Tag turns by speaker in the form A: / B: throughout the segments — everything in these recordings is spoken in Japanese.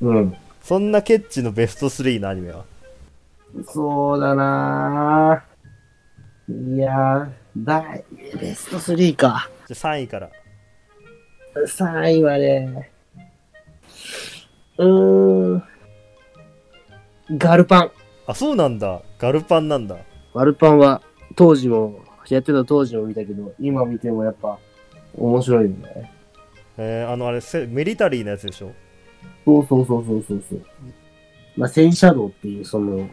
A: うん。
B: そんなケッチのベスト3のアニメは。
A: そうだなぁ。いやー、だい、ベスト3か。
B: じゃあ3位から。
A: 3位はね、うーん、ガルパン。
B: あ、そうなんだ。ガルパンなんだ。
A: ガルパンは当時も、やってた当時も見たけど、今見てもやっぱ面白いんだね。
B: えー、あの、あれ、せミリタリーのやつでしょ。
A: そうそうそうそうそうそう。まあ、戦車道っていう、その、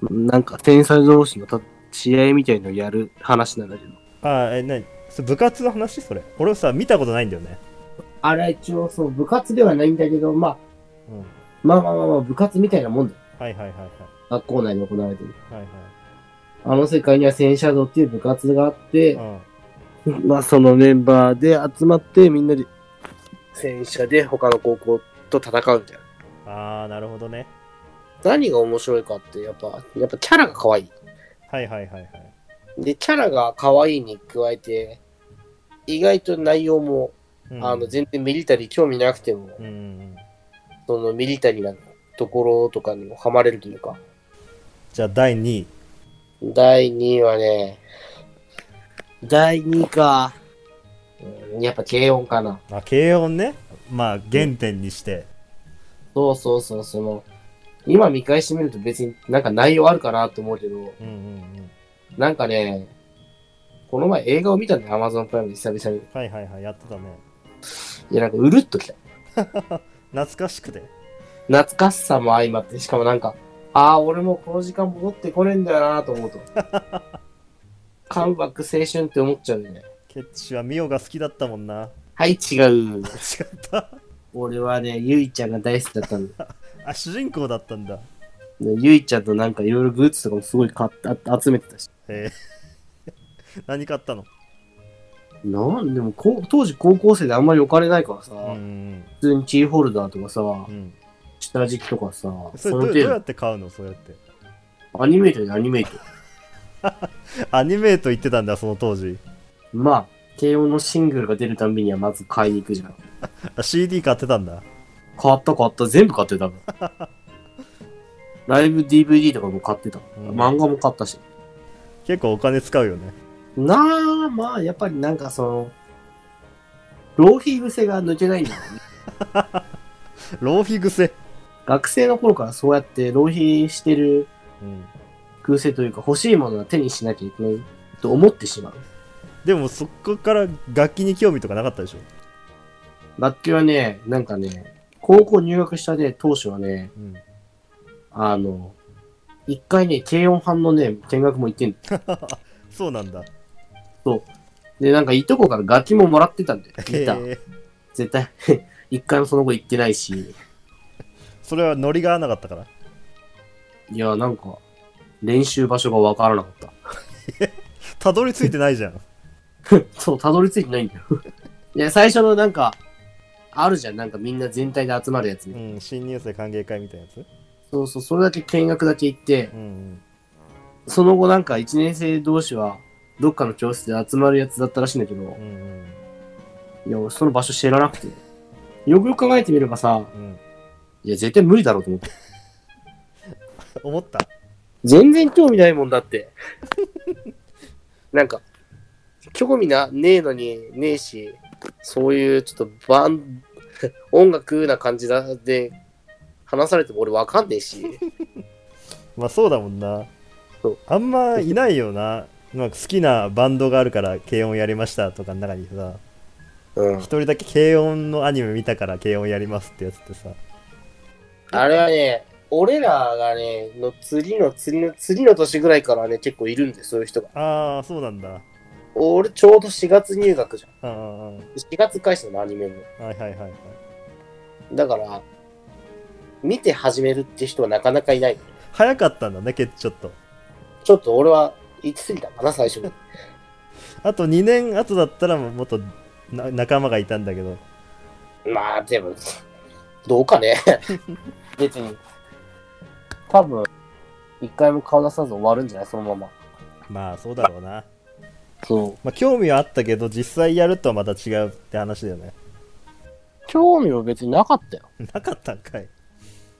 B: うん。
A: なんか天才同士のた試合みたいのをやる話なんだけど。
B: あー、え、なにそれ部活の話それ。俺さ、見たことないんだよね。
A: あれは一応そう、部活ではないんだけど、まあ、
B: うん。
A: まあまあまあまあ、部活みたいなもんだよ。
B: はいはいはいはい。
A: 学校内で行われてる。
B: はいはい。
A: あの世界には戦車道っていう部活があって
B: う、ん。
A: まあそのメンバーで集まってみんなで戦車で他の高校と戦うみたいな。
B: あー、なるほどね。
A: 何が面白いかって、やっぱ、やっぱキャラが可愛い。
B: はいはいはいはい。
A: で、キャラが可愛いに加えて、意外と内容も、
B: うん、
A: あの、全然ミリタリー興味なくても、
B: うんうんうん。
A: そのミリタリーなところとかにもハマれるというか。
B: じゃあ第2位。
A: 第2位はね、第2位か。うんやっぱ軽音かな。
B: あ、軽音ね。まあ、原点にして。
A: そうそうそう、その、今見返してみると別になんか内容あるかなと思うけど、
B: うんうんうん。
A: なんかね、この前映画を見たんだよ、Amazon プライムで久々に。
B: はいはいはい、やってたね。
A: いや、なんかうるっときた。
B: 懐かしくて。
A: 懐かしさも相まって、しかもなんか、ああ、俺もこの時間戻ってこねえんだよなと思う と。カムバック青春って思っちゃうよね。
B: ケッチはミオが好きだったもんな。
A: はい、違う。
B: 違った。
A: 俺はね、ゆいちゃんが大好きだったんだ。
B: あ、主人公だったんだ。
A: でゆいちゃんとなんかいろいろグッズとかもすごい買ってあ集めてたし。
B: えー 何買ったの
A: なんでもこう、当時高校生であんまりお金ないからさ、
B: うん
A: 普通にキーホルダーとかさ、
B: うんうん。
A: 下敷きとかさ、
B: それ
A: の
B: どうど
A: 程
B: うや
A: 度
B: って買うのそうやって。
A: アニメートでアニメート。
B: アニメート言ってたんだ、その当時。
A: まあ、慶応のシングルが出るたんびにはまず買いに行くじゃん。
B: あ CD 買ってたんだ。
A: 買った買った、全部買ってたの。 ライブ DVD とかも買ってた。
B: うん
A: 漫画も買ったし。
B: 結構お金使うよね。
A: なあ、まあ、やっぱりなんかその、浪費癖が抜けないんだよね。
B: 浪費癖。
A: 学生の頃からそうやって浪費してる
B: うん。
A: 癖というか欲しいものは手にしなきゃいけないと思ってしまう。
B: でもそこから楽器に興味とかなかったでしょ。
A: 楽器はね、なんかね、高校入学したね、当初はね、
B: うん。
A: あの、一回ね、軽音班のね、見学も行ってん
B: そうなんだ。
A: で、なんかいとこから楽器ももらってたんだよ、ギター。
B: えー
A: 絶対、 一回もその後行ってないし、
B: それはノリが合わなかったから。
A: いや、なんか、練習場所がわからなかった
B: たどり着いてないじゃん。。
A: そう、たどり着いてないんだよ。いや、最初のなんか、あるじゃん、なんかみんな全体で集まるやつね。
B: うん、新入生歓迎会みたいなやつ。
A: そうそう、それだけ見学だけ行って
B: う、ん、うん。
A: その後なんか一年生同士は、どっかの教室で集まるやつだったらしいんだけど
B: う、ん、
A: いや、俺その場所知らなくて。よくよく考えてみればさ、
B: うん。うん。
A: いや、絶対無理だろうと思って。
B: 思った。
A: 全然興味ないもんだって。 なんか、興味な、ねえのに、ねえし、そういうちょっとバン、 音楽な感じだで、話されても俺わかんねえし、
B: まあそうだもんな
A: そう。
B: あんまいないよな。まあ、好きなバンドがあるから軽音やりましたとかの中にさ、
A: うん
B: 一。人だけ軽音のアニメ見たから軽音やりますってやつってさ、
A: あれはね、俺らがね、の次の次の次の年ぐらいからね、結構いるんで、そういう人が。
B: ああ、そうなんだ。
A: 俺、ちょうど4月入学じゃん。
B: あー
A: 4月開始なの、アニメも。
B: あー、はいはいはいはい。
A: だから、見て始めるって人はなかなかいない。
B: 早かったんだね、けちょっと。
A: ちょっと俺は行き過ぎたかな、最初に。
B: あと2年後だったらもっとな仲間がいたんだけど、
A: まあ、でも、どうか ね。別に。多分、一回も顔出さず終わるんじゃないそのまま。
B: まあそうだろうな。
A: そう。
B: まあ興味はあったけど、実際やるとはまた違うって話だよね。
A: 興味も別になかったよ。
B: なかったんかい。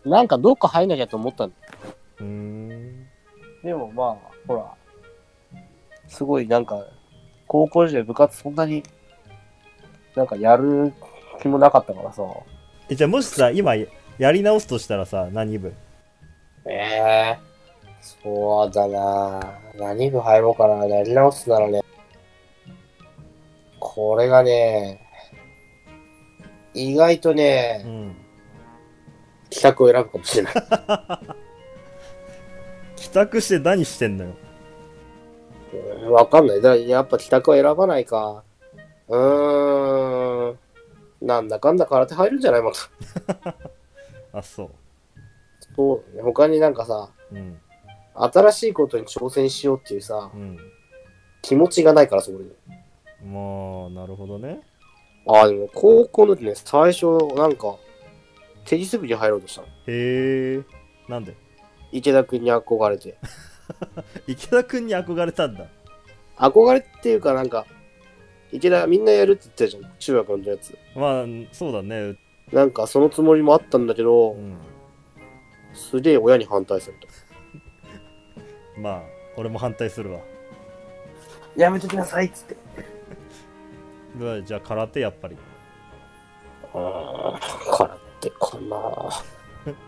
A: なんかどっか入んなきゃと思ったんだ
B: うーん。
A: でもまあ、ほら、すごいなんか、高校時代部活そんなに、なんかやる気もなかったからさ。
B: え、じゃあもしさ、今ややり直すとしたらさ、何部
A: ええそうだな何部入ろうかな。やり直すならね。これがね、意外と
B: う
A: ね、
B: ん。
A: 企画を選ぶかもしれない。
B: 帰宅して何してんのよ。
A: うんわかんない。だからやっぱ帰宅は選ばないか。うーん。なんだかんだ空手入るんじゃないまた。
B: あ、そ
A: そうね他になんかさ、
B: う。うん。
A: 新しいことに挑戦しようっていうさ
B: う、ん。
A: 気持ちがないから、そこに。
B: まあ、なるほどね。
A: ああ、でも高校の時ね、最初、なんか、テニス部に入ろうとしたの。
B: へえ。なんで
A: 池田くんに憧れて。
B: 池田くんに憧れたんだ。
A: 憧れっていうか、なんか、池田みんなやるって言ってたじゃん、中学のやつ。
B: まあ、そうだね。
A: なんか、そのつもりもあったんだけ
B: う
A: ど、
B: ん。
A: すげえ親に反対された。
B: まあ、俺も反対するわ。
A: やめときなさいっつって。
B: うわじゃあ空手やっぱり。
A: ああ、空手かな。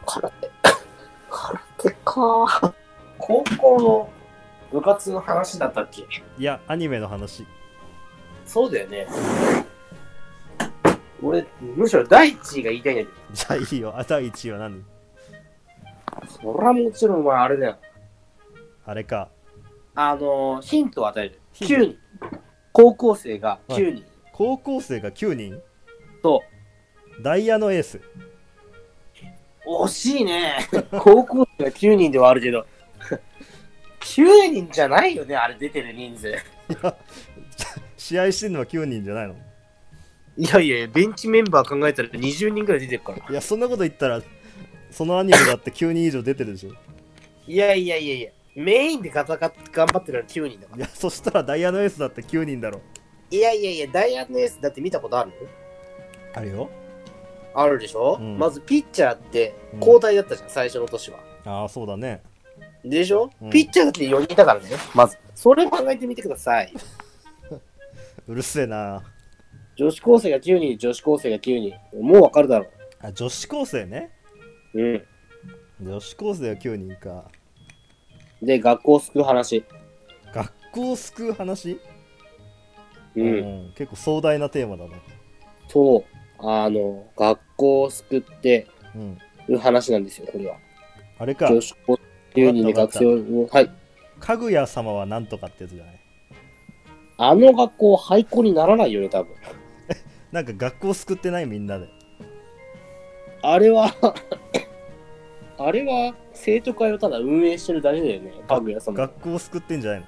A: 空手。空手か。高校の部活の話だったっけ
B: いや、アニメの話。
A: そうだよね。俺、むしろ第一位が言いたいんだけ
B: じゃあいいよ。朝一は何
A: ど。そりゃもちろん、まああれだよ。
B: あれか。
A: あのー、ヒントを与える。
B: ヒント
A: 9人。高校生が
B: はい
A: 9人
B: 高校生が9人
A: と、
B: ダイヤのエース。
A: 惜しいね。高校生が9人ではあるけど。9人じゃないよね、あれ出てる人数。
B: 試合してんのは9人じゃないの
A: いやいやいや、ベンチメンバー考えたら20人ぐらい出てるから。
B: いや、そんなこと言ったら、そのアニメだって9人以上出てるでしょ。
A: いやいやいやいや、メインで戦っ頑張ってるのは9人だか
B: い
A: ら。
B: や、そしたらダイヤのエースだって9人だろ。
A: いやいやいや、ダイヤのエースだって見たことある
B: あるよ。
A: あるでしょ、
B: うん
A: まずピッチャーって
B: うん
A: 交代だったじゃん、最初の年は。
B: ああ、そうだね。
A: でしょ、
B: うん
A: ピッチャーだって4人いたからね、まず。それを考えてみてください。
B: うるせえな。
A: 女子高生が9人、女子高生が9人。もうわかるだろ
B: あ、女子高生ね。
A: う。うん。
B: 女子高生は9人か。
A: で、学校を救う話。
B: 学校を救う話、
A: う。
B: うんん結構壮大なテーマだね。
A: と、あの、学校を救って
B: うん。
A: る話なんですよ、これは。
B: あれか、
A: 女子高生9人で
B: わかっ
A: 学
B: た
A: 生を、はい。
B: かぐや様はなんとかってやつじゃない
A: あの学校、廃校にならないよね、多分。
B: なんか学校救ってないみんなで。
A: あれは、 あれは生徒会をただ運営してるだけだよね、家具屋さんが。
B: 学校を救ってんじゃないの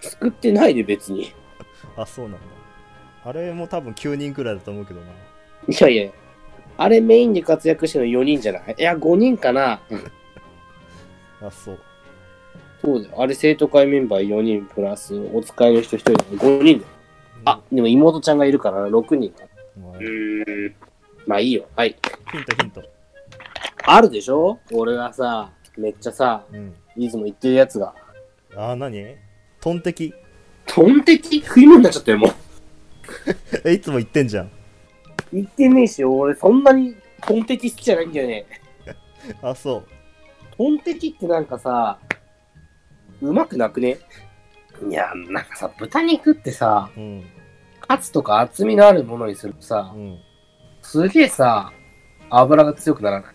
A: 作ってないで、別に。い
B: あ、そうなんだ。あれも多分9人くらいだと思うけどな。
A: やいや、あれメインで活躍してるの4人じゃないいや、5人かな。
B: あ、そう。
A: そうだよ。あれ生徒会メンバー4人プラス、お使いの人1人だから5人だよ。あ、でも妹ちゃんがいるから6人か。
B: まあ
A: うーん。まあいいよ。はい。
B: ヒントヒント。
A: あるでしょ俺がさ、めっちゃさ、
B: うん。
A: いつも言ってるやつが。
B: あー、何トンテキ。
A: トンテキ食い物になっちゃったよ、もう。
B: え、いつも言ってんじゃん。
A: 言ってねえし、俺そんなにトンテキ好きじゃないんだよね。
B: あ、そう。
A: トンテキってなんかさ、うまくなくねいや、なんかさ、豚肉ってさ、
B: うん。
A: カツとか厚みのあるものにするとさ
B: う、ん。
A: すげえさ、油が強くならない。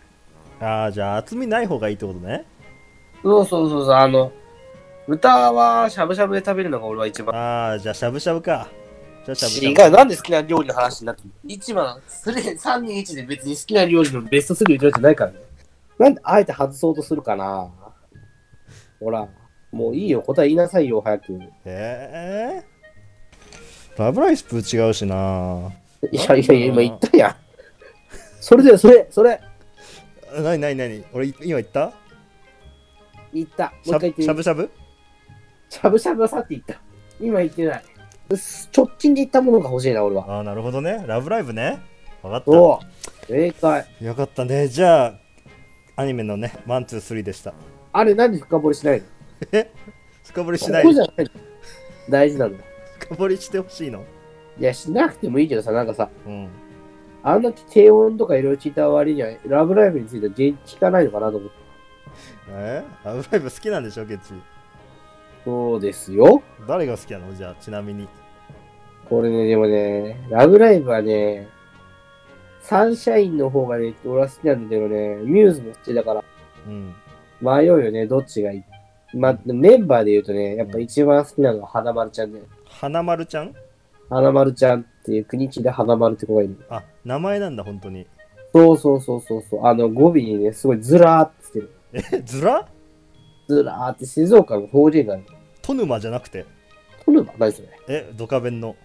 B: あー、じゃあ厚みない方がいいってことね。
A: そうそうそうそう、あの、豚はしゃぶしゃぶで食べるのが俺は一番。
B: あー、じゃあしゃぶしゃぶか。じゃあしゃぶしゃ
A: 違
B: ぶ。
A: う、なんで好きな料理の話になってる一番、それ、三人一で別に好きな料理のベスト3言ってるわけじゃないからね。なんであえて外そうとするかなほら、もういいよ、答え言いなさいよ、早く。
B: えー、ラブライスプ違うしない
A: やいやいや、今言ったやん。それだよ、それ、それ、
B: なになになに俺い今言った
A: 言った。もう
B: し
A: 一
B: ゃぶ
A: 回言って
B: しゃぶしゃぶ
A: しゃぶしゃぶはさって言った。今言ってない。うっす直近で言ったものが欲しいな、俺は。
B: ああなるほどねラブライブねわかっ
A: おう正解。
B: た。よかったね。じゃあ、アニメのね、ワン、ツー、スリーでした。
A: あれ何深掘りしないの
B: 深掘りし
A: こ
B: ない。
A: こじ
B: 深
A: ゃないの大事なんだよ。
B: 掘りしてほしいの
A: いや、しなくてもいいけどさ、なんかさ、
B: うん。
A: あんな低音とかいろいろ聞いた割には、ラブライブについては全然聞かないのかなと思って。
B: えラブライブ好きなんでしょ、ケチ。
A: そうですよ。
B: 誰が好きなのじゃあ、ちなみに。
A: これね、でもね、ラブライブはね、サンシャインの方がね、俺は好きなんだけどね、ミューズも好きだから、
B: うん。
A: 迷うよね、どっちがいい。まあ、メンバーで言うとね、やっぱ一番好きなのは花丸ちゃんね。
B: 花丸ちゃん
A: 花丸ちゃんっていう国木で花丸って子がいる。
B: あ、名前なんだ、本当に。
A: そうそうそうそうそう。あの、語尾にね、すごいずらーってしてる。
B: え、ずら
A: ずらーって静岡の方言がある。
B: トヌマじゃなくて。
A: 取るの何それ。
B: え、ドカベンの。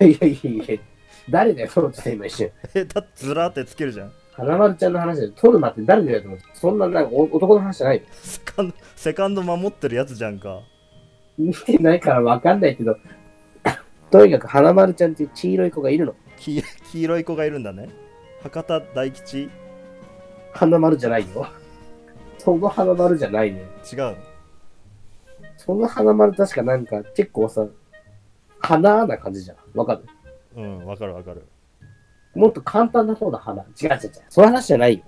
A: いやいやいやいや、誰だよ、その人今一瞬。
B: え、だってずらってつけるじゃん。
A: 花丸ちゃんの話で、取るなって誰だよと思って、そんななんかお男の話じゃないよ。
B: セカンド、セカンド守ってるやつじゃんか。
A: 見てないからわかんないけど、 とにかく花丸ちゃんっていう黄色い子がいるの。
B: き黄色い子がいるんだね。博多大吉違う
A: 花丸じゃないよ。その花丸じゃないね。
B: の。
A: その花丸確かなんか結構さ、花な感じじゃん。わかる
B: うん、わかるわかる。
A: もっと簡単な方の花。違う違う違う。その話じゃないよ。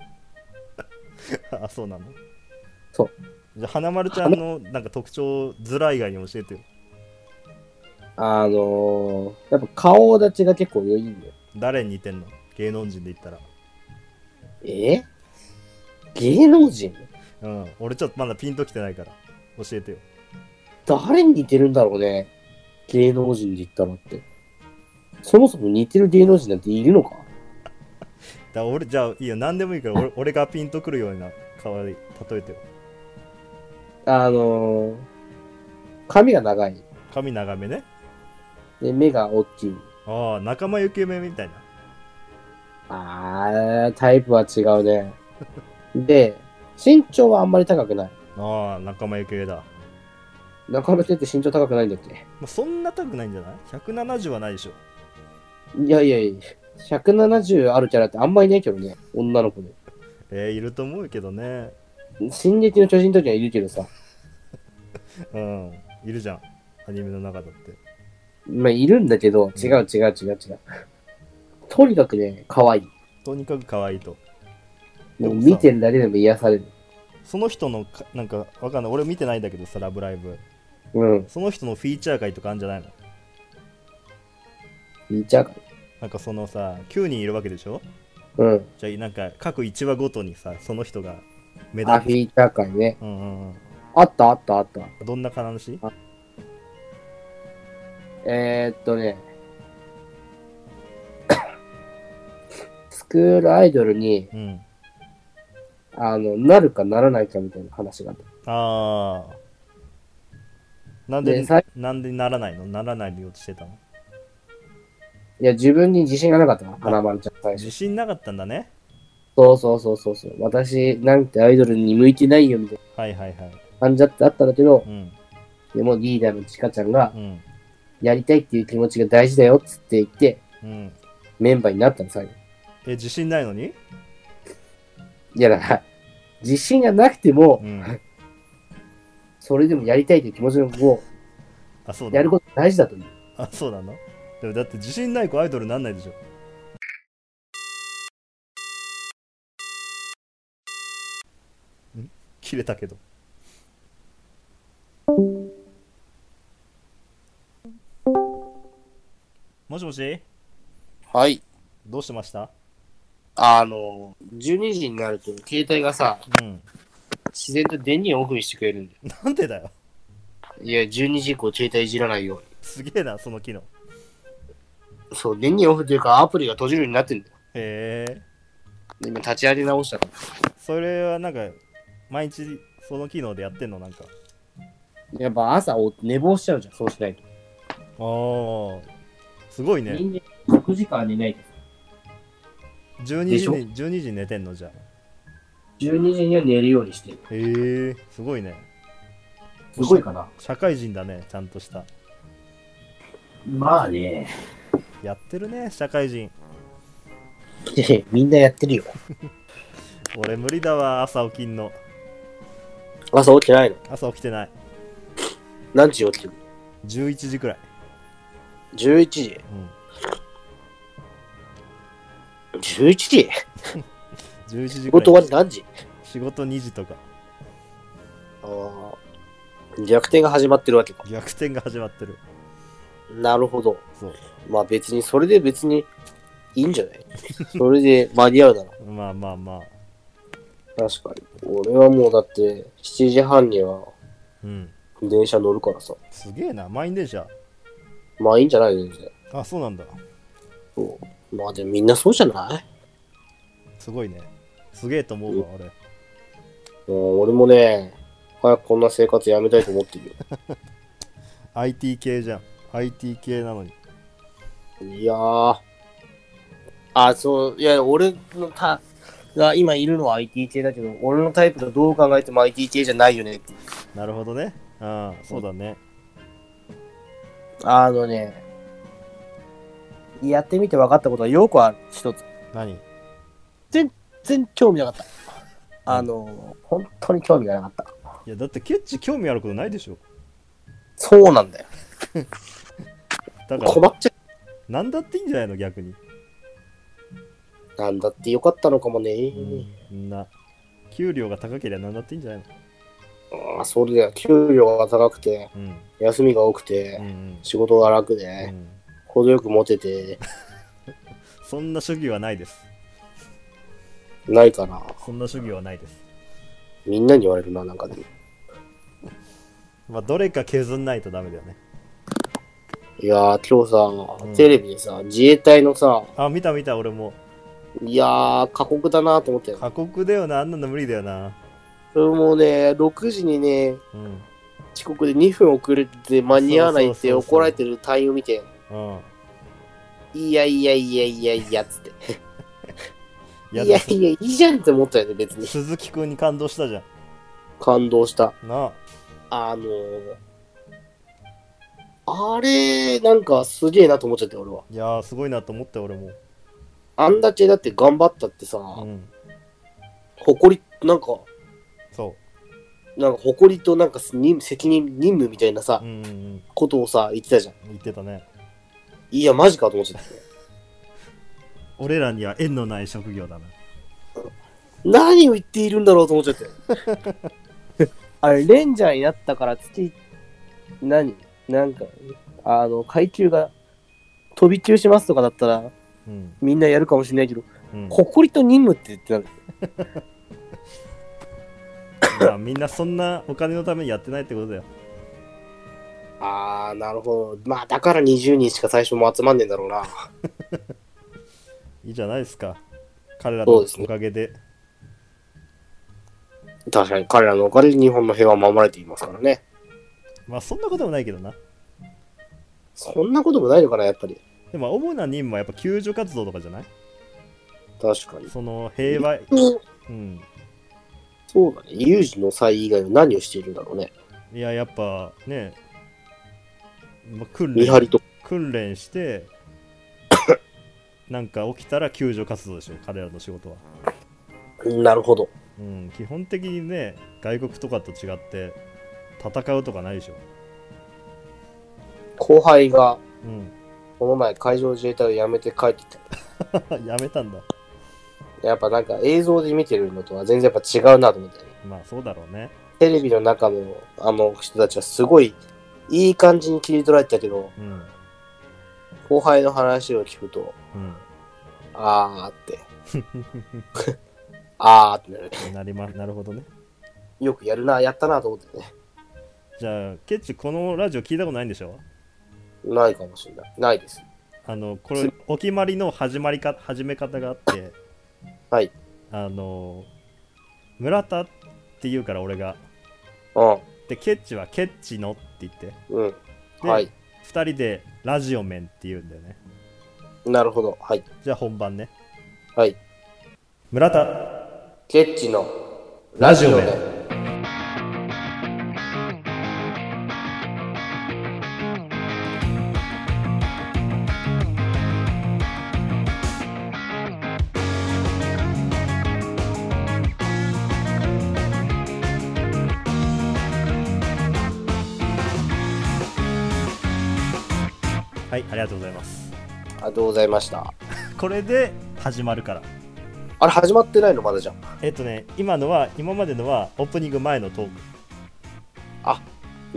B: あ、そうなの
A: そう。
B: じゃあ、花丸ちゃんのなんか特徴、ずら以外に教えてよ。
A: あのー、やっぱ顔立ちが結構良いんだよ。
B: 誰に似てんの芸能人で言ったら。
A: え芸能人
B: うん、俺ちょっとまだピンときてないから。教えてよ。
A: 誰に似てるんだろうね。芸能人で言ったらって。そもそも似てる芸能人なんているのか
B: だから俺、じゃあ、いいよ、何でもいいから、俺俺がピンとくるような代わり、例えてよ。
A: あのー、髪が長い。
B: 髪長めね。
A: で、目が大きい。
B: ああ、仲間由紀めみたいな。
A: あー、タイプは違うね。 で、身長はあんまり高くない。
B: ああ、仲間由紀だ。
A: 中村健って身長高くないんだっけ
B: まあ、そんな高くないんじゃない ?170 はないでしょ。
A: いやいやいや、170あるキャラってあんまりいないけどね、女の子で。
B: えー、いると思うけどね。
A: 進撃の巨人の時はいるけどさ、
B: うん、いるじゃん。アニメの中だって。
A: まあ、いるんだけど、違う違う違う違う。とにかくね、可愛い。
B: とにかく可愛いと。
A: もう見てるだけでも癒される。
B: その人のか、なんか、わかんない。俺見てないんだけどさ、ラブライブ。
A: うん、
B: その人のフィーチャー会とかあるんじゃないの
A: 見ちゃうか
B: なんかそのさ、9人いるわけでしょ
A: ら。うん。
B: じゃあ、なんか、各1話ごとにさ、その人が目
A: あ、
B: 立
A: フィーチャー会ね。
B: うんうんうん。
A: あったあったあった。
B: どんな話
A: えー、っとね、 スクールアイドルに、
B: うん。
A: あの、なるかならないかみたいな話があった。
B: ああ。なん
A: で
B: で
A: さ、
B: なんでならないのならないでようとしてたの
A: いや、自分に自信がなかったな、花丸ちゃん最初。
B: 自信なかったんだね。
A: そうそうそうそうそう。私なんてアイドルに向いてないよみたい
B: はいはいはい。
A: な感じだってあったんだけど
B: う、ん。
A: でもリーダーのちかちゃんが
B: う、ん。
A: やりたいっていう気持ちが大事だよっつって言って、
B: うん。
A: メンバーになったの、最後。
B: え、自信ないのに
A: いや、だから、自信がなくても
B: う、ん。
A: それでもやりたいという気持ちの子を、
B: あ、そうだ
A: やる。こと大事だと思う。
B: あ、そうなのでもだって自信ない子アイドルなんないでしょ。ん切れたけど。もしもし
A: はい。
B: どうしました
A: あの、12時になると、携帯がさ、
B: うん。
A: 自然と電源オフにしてくれるんだよ。
B: なんでだよ。
A: いや、12時以降携帯いじらないよう
B: すげえな、その機能。
A: に。そう、電源オフというか、アプリが閉じるようになってんだよ。
B: へえ。
A: で今、立ち上げ直したから。
B: それはなんか、毎日その機能でやってんのなんか。
A: やっぱ朝お寝坊しちゃうじゃん、そうしないと。
B: ああ。すごいね。
A: 人間6時間寝ないと。
B: 12
A: で
B: 時
A: しょ
B: に12時に寝てんのじゃあ
A: 12時には寝るようにしてる。
B: へえすごいね
A: すごいかな。
B: 社会人だねちゃんとした
A: まあね。
B: やってるね社会人
A: いやみんなやってるよ。
B: 俺無理だわ、朝起きんの。
A: 朝起きてないの
B: 朝起きてない。
A: 何時起きる
B: 11時くらい。
A: ?11 時。
B: うん。
A: 11時
B: 11時
A: 仕
B: く
A: 事終わ
B: らい
A: り。何時
B: 仕事2時とか。
A: ああ。逆転が始まってるわけか。
B: 逆転が始まってる。
A: なるほど。
B: そう。
A: まあ別に、それで別にいいんじゃないそれで間に合うなら。
B: まあまあまあ。
A: 確かに。俺はもうだって、7時半には
B: うん。
A: 電車乗るからさ。
B: すげえな、満員電車。
A: まあいいんじゃない全然。
B: あ、そうなんだ。
A: そう。まあでもみんなそうじゃない
B: すごいね。すげえと思うわ、俺。
A: うん、俺もね、早くこんな生活やめたいと思ってるよ。
B: IT 系じゃん。IT 系なのに。
A: いやー。あ、そう、いや、俺のた、が今いるのは IT 系だけど、俺のタイプがどう考えても IT 系じゃないよねっていう。
B: なるほどね。うん、そうだね。
A: あのね、やってみて分かったことはよくある、一つ。
B: 何
A: 全然興味なかった。あの、本当に興味がなかった。
B: いや、だってケッチ興味あることないでしょ。
A: そうなんだよ。
B: だから、
A: 困っちゃ
B: なんだっていいんじゃないの、逆に。
A: う。なんだってよかったのかもね。
B: うん、な。給料が高ければなんだっていいんじゃないの
A: ああ、それだよ。給料が高くて、
B: うん。
A: 休みが多く
B: う
A: て、
B: ん、
A: 仕事が楽で、
B: うん。うん
A: 程よくモテて、
B: そんな主義はないです。
A: ないかな。
B: そんな主義はないです。
A: みんなに言われるな、なんかでも。
B: まあ、どれか削んないとダメだよね。
A: いやー、今日さ、
B: うん
A: テレビでさ、自衛隊のさ、
B: あ、見た見た、俺も。
A: いやー、過酷だなと思ったよ。
B: 過酷だよな、あんなの無理だよな。
A: それもね、6時にね、
B: うん。
A: 遅刻で2分遅れて間に合わないっ
B: そうそう
A: て
B: そうそう
A: 怒られてる隊員を見て、
B: うん。
A: いやいやいやいやいやっつって。い
B: や
A: やいや
B: だ、
A: いいじゃんって思ったよね、別に。
B: 鈴木くんに感動したじゃ
A: 感動した。
B: ん。なあ。
A: あのー、あれ、なんかすげえなと思っちゃって、俺は。
B: いやー、すごいなと思ったよ俺も。
A: あんだけだって頑張ったってさ、
B: うん。
A: 誇り、なんか、
B: そ
A: なんか誇りとなんか任責任、任務みたいなさ
B: う。う、んうんうん。
A: ことをさ、言ってたじゃん。
B: 言ってたね。
A: いや、マジかと思っちゃって。
B: 俺らには縁のない職業だな。
A: 何を言っているんだろうと思っちゃって。 あれ、レンジャーになったから月、何なんか、あの、階級が飛び級しますとかだったら、
B: うん。
A: みんなやるかもしれないけど、
B: うん、
A: 誇りと任務って言ってたの。
B: まあみんなそんなお金のためにやってないってことだよ。
A: あー、なるほど。まあ、だから20人しか最初も集まんねえんだろうな。
B: いいじゃないですか。彼らの
A: そう
B: お
A: ですね
B: かげで。
A: 確かに、彼らのおかげで日本の平和は守られていますからね。
B: まあそんなこともないけどな。
A: そんなこともないのかな、やっぱり。
B: でも主な任務はやっぱ救助活動とかじゃない
A: 確かに。
B: その平和、うん。
A: そうだね。有事の際以外は何をしているんだろうね。
B: いや、やっぱね、まあ、訓
A: 見張り
B: 練
A: とか。
B: 訓練 して、なんか起きたら救助活動でしょ、彼らの仕事は。
A: なるほど。
B: うん、基本的にね、外国とかと違って、戦うとかないでしょ。
A: 後輩が
B: うん。
A: この前海上自衛隊を辞めて帰ってきた。
B: やめたんだ。
A: やっぱなんか映像で見てるのとは全然やっぱ違うなと思って、ね、
B: まあそうだろうね。
A: テレビの中のあの人たちはすごいいい感じに切り取られてたけど、
B: うん。
A: 後輩の話を聞くと、
B: うん。
A: あーって。 あーってなる。
B: なりま、なるほどね。
A: よくやるな、やったなと思ってね。
B: じゃあ、ケッチ、このラジオ聞いたことないんでしょ
A: ないかもしれない。ないです。
B: あの、これ、お決まりの始まりか、始め方があって、
A: はい。
B: あの、村田って言うから俺が、
A: うん。
B: で、ケッチはケッチのって言って、
A: うん。
B: で
A: はい。
B: 2人でラジオ面って言うんだよね。
A: なるほど。はい。
B: じゃあ本番ね。
A: はい。
B: 村田、
A: ケッチの
B: ラジオ面。はい、ありがとうございます。
A: ありがとうございました。
B: これで始まるから。
A: あれ、始まってないのまだじゃん。
B: えっとね、今のは、今までのはオープニング前のトーク。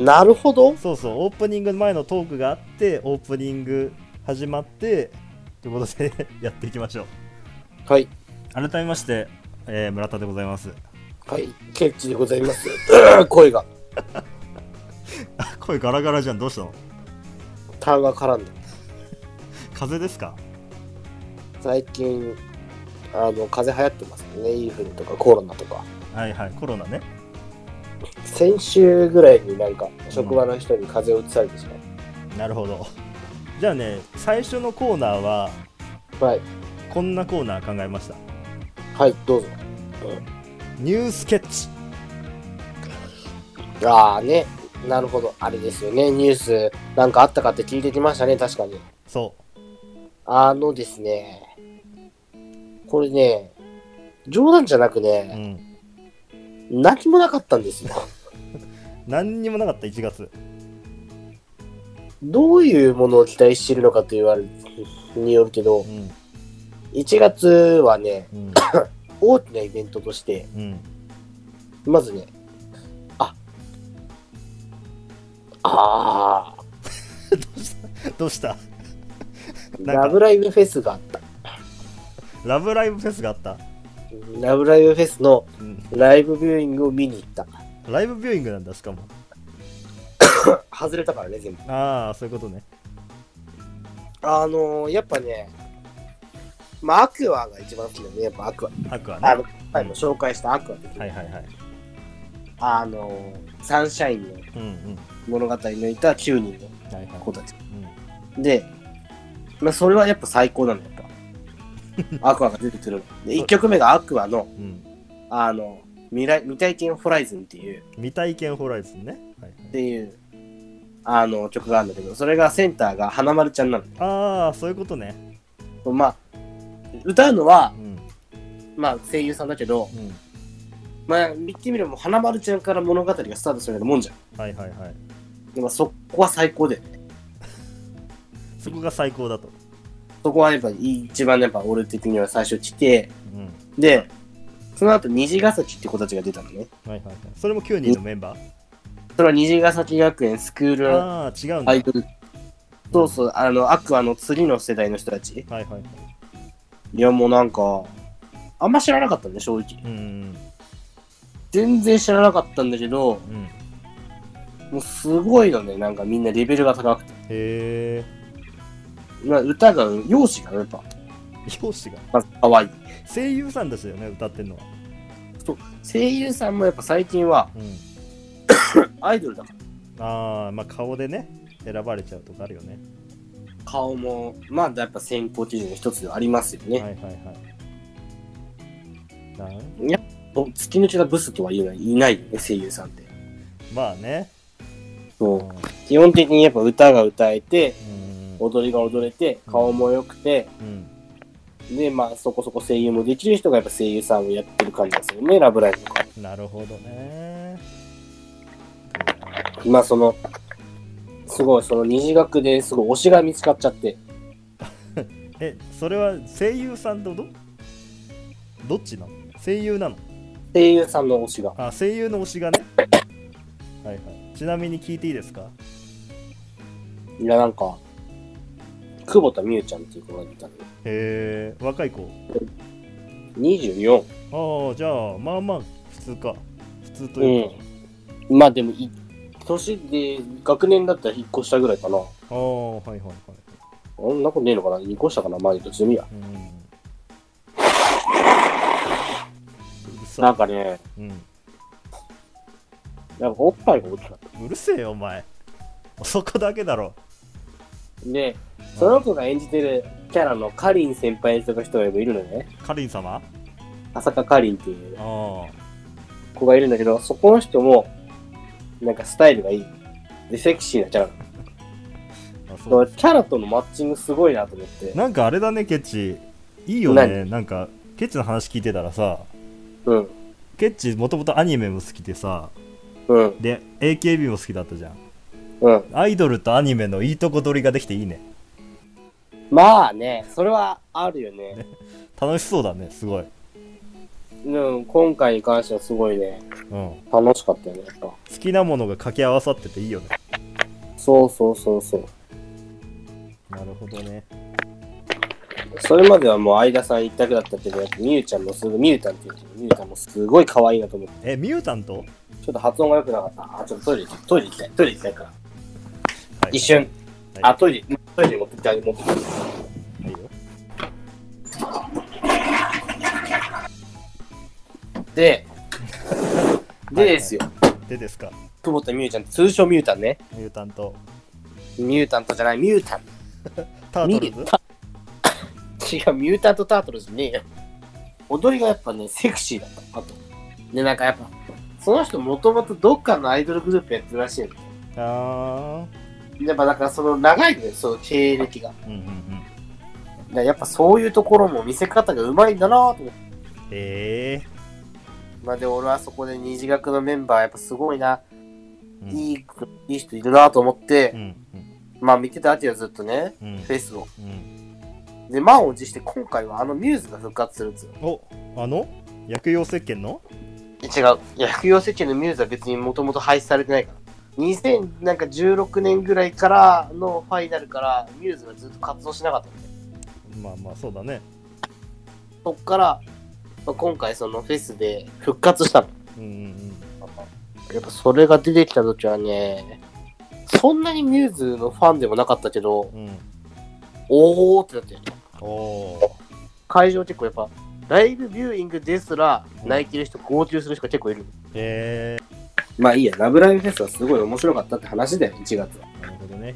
A: なるほど。
B: そうそう、オープニング前のトークがあって、オープニング始まって、ということで やっていきましょう。
A: はい。
B: 改めまして、えー村田でございます。
A: はい。ケッチでございます。 声が。
B: あ 声ガラガラじゃん、どうしたの
A: 痰が絡んだ。
B: 風邪ですか
A: 最近、あの、風邪流行ってますね。インフルとかコロナとか。
B: はいはい、コロナね。
A: 先週ぐらいになんか、職場の人に風邪をうつされてしまっ
B: なるほど。じゃあね、最初のコーナーは、
A: た。はい。
B: こんなコーナー考えました。
A: はい、どうぞ。
B: ニュースケッチ。
A: ああね。なるほど。あれですよね。ニュースなんかあったかって聞いてきましたね。確かに。
B: そ
A: あのですね。これね、冗談じゃなく
B: う。
A: ね
B: う、ん。
A: 何もなかったんですよ。
B: 何にもなかった1月。
A: どういうものを期待してるのかと言われによるけど
B: う、ん。
A: 1月はね、
B: うん。
A: 大きなイベントとして、
B: うん。
A: まずね、あ、あ
B: どうした
A: ー、
B: なんか
A: ラブライブフェスがあった。
B: ラブライブフェスがあった。
A: ラブライブフェスの
B: うん。
A: ライブビューイングを見に行った。
B: ライブビューイングなんだ、しかも。
A: 外れたからね、全部。
B: ああ、そういうことね。
A: あのー、やっぱね、まあ、アクアが一番好きだね、やっぱアクア。
B: アクアね。
A: あの、前も紹介したアクアっていう
B: はいはいはい。
A: あのー、サンシャインの
B: うんうん。
A: 物語のいた9人の
B: はいはい。
A: 子たち。で、まあ、それはやっぱ最高なのよ、やっぱ。アクアが出てくる。で、1曲目がアクアの、
B: うんうん。
A: あの、未来、未体験ホライズンっていう、
B: 未体験ホライズンね。はいはい
A: っていう、あの、曲があるんだけど、それがセンターが花丸ちゃんな
B: ああ、そういうことね。
A: の。まあ、歌うのは
B: う、ん。
A: まあ、声優さんだけど、
B: うん。
A: まあ、言ってみればもう花丸ちゃんから物語がスタートするようなもんじゃん。
B: はいはいはい。
A: でまあ、そこは最高で、
B: そこが最高だと。
A: そこはやっぱ一番やっぱ俺的には最初来て、
B: うん。
A: で、その後虹ヶ崎って子たちが出たのね。
B: はいはいはい。それも9人のメンバー
A: それは虹ヶ崎学園スクール
B: ああ、違うんだ。は
A: アイ
B: い
A: ドル。そうそう、あの、アクアの次の世代の人たち。
B: はいはい。
A: いや、もうなんか、あんま知らなかったね、正直。
B: うん
A: 全然知らなかったんだけど、
B: うんうん。へ
A: もうすごいのね、なんかみんなレベルが高くて。
B: え。
A: まあ歌が、容姿がやっぱ、
B: 容姿が。
A: まず可愛い。
B: 声優さんたちだよね、歌ってんのは。
A: 声優さんもやっぱ最近は
B: うん。
A: アイドルだから。
B: ああ、まあ顔でね、選ばれちゃうとかあるよね。
A: 顔も、まあやっぱ選考基準の一つではありますよね。
B: はいはいはい。なん
A: お突き抜けたブスとは言えない、いないよね、声優さんって。
B: まあね。う
A: そ
B: ん
A: う。基本的にやっぱ歌が歌えて、
B: うん
A: 踊りが踊れて、顔も良くて、
B: うん。
A: で、まあ、そこそこ声優もできる人がやっぱ声優さんをやってる感じですよね、ラブライブとか。
B: なるほどね。
A: まあ、その、すごい、その二次学ですごい推しが見つかっちゃって、
B: え、それは声優さんとどどっちなの声優なの
A: 声優さんの推しが。
B: あ、声優の推しがね。はいはい。ちなみに聞いていいですか
A: いや、なんか、久保田美優ちゃんっていう子がいたのよ。
B: へえ、若い子。
A: 24。
B: ああ、じゃあ、まあまあ、普通か。普通というか。
A: まあ、でもい、年で、学年だったら1個下ぐらいかな。
B: ああ、はいはいはい。
A: そんなことねえのかな ?2 個下かな前の年で見や。
B: うん。うる
A: なん
B: さ。
A: かね、
B: うん。
A: なんかおっぱいが大きかった。
B: うるせえよ、お前。そこだけだろ。
A: で、その子が演じてるキャラのカリン先輩とか人がいるのね。
B: カリン様
A: 浅香カリンっていう
B: ああ。
A: 子がいるんだけど、そこの人も、なんかスタイルがいい。で、セクシーなキャラ。
B: あ
A: だか
B: そ
A: ら
B: う
A: キャラとのマッチングすごいなと思って。
B: なんかあれだね、ケチ。いいよね。なんか、ケチの話聞いてたらさ、
A: うん。
B: ケチもともとアニメも好きでさ、
A: うん。
B: で、AKB も好きだったじゃん。
A: うん。
B: アイドルとアニメのいいとこ取りができていいね。
A: まあね、それはあるよね。
B: 楽しそうだねすごい
A: うん、今回に関してはすごいね、
B: うん好
A: 楽しかったよね、やっぱ。
B: きなものが掛け合わさってていいよね
A: そうそうそうそう。
B: なるほどね
A: それまではもう相田さん一択だったけど、やっぱみゆちゃんもすごい、みゆたんって言うけど、みゆちゃんもすごい可愛いなと思って。
B: えミュータント
A: ちょっと発音が良くなかった。あ、ちょっとトイレ行きトイレ行きたい。トイレ行きたいから。
B: はい
A: 一瞬。
B: はい
A: あ、トイレ、トイレ持ってきてあげ持ってきて。
B: はいよ
A: で、で
B: はいはい
A: ですよ。
B: でですか
A: 久保田美優ちゃん、通称ミュータンね。
B: ミュータント
A: ミュータントじゃない、ミュータン。
B: タートルズ
A: 違う、ミュータントタートルじゃねえよ。踊りがやっぱね、セクシーだった。あと。で、なんかやっぱ、その人もともとどっかのアイドルグループやってるらしいの。
B: あ
A: やっぱだからその長いのよ、その経歴が。だか
B: ーうんうんうん
A: らやっぱそういうところも見せ方がうまいんだなぁと思って。
B: え
A: まあで俺はそこで二次学のメンバーやっぱすごいな、
B: えうん
A: いい子いい人いるなと思って、
B: うんうん
A: まあ見てたわけよずっとね、
B: うん
A: フェスを。
B: うん
A: で、満を持して今回はあのミューズが復活するんですよ。
B: おあの薬用石鹸の
A: 違う。薬用石鹸のミューズは別にもともと廃止されてないから。2016年ぐらいからのファイナルからミューズがずっと活動しなかったんで、
B: まあまあそうだね
A: そっから、まあ、今回そのフェスで復活したの。
B: うんうん
A: やっぱそれが出てきた時はね、そんなにミューズのファンでもなかったけど、
B: うんうん
A: おーってなったよね。
B: おお
A: 会場結構やっぱ、ライブビューイングですら、泣いてる人、号泣する人が結構いる。
B: え
A: まあいいや、ラブライブフェスはすごい面白かったって話だよ、1月は。
B: えなるほどね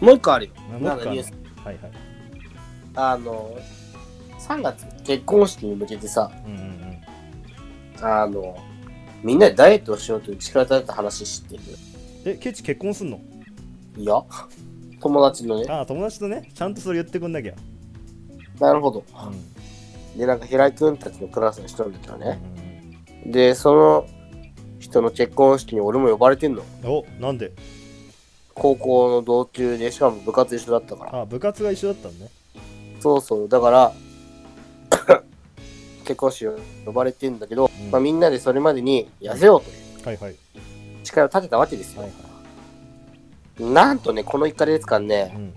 A: もう一個あるよ。
B: な
A: なん
B: ん
A: だ
B: か
A: ニュース。
B: はいはい
A: あの、3月結婚式に向けてさ、
B: うんうん
A: あの、みんなでダイエットをしようという力だった話知ってる。
B: うんえケチ結婚すんの
A: いや、友達のね。
B: ああ友達とねちゃんとそれ言ってくんなきゃ
A: なるほど。
B: うんうん
A: で、なんか平井くんたちのクラスの人なんだけど
B: う
A: ね。
B: ん
A: で、その人の結婚式に俺も呼ばれてんの。
B: うんおなんで
A: 高校の同級で、しかも部活一緒だったから。
B: あ部活が一緒だったのね
A: そうそう、だから、 結婚式を呼ばれてんだけど、
B: うん
A: まあ、みんなでそれまでに痩せようと
B: は
A: い
B: いはい。
A: う誓いを立てたわけですよ。
B: はい
A: なんとね、この1ヶ月間
B: う
A: ね、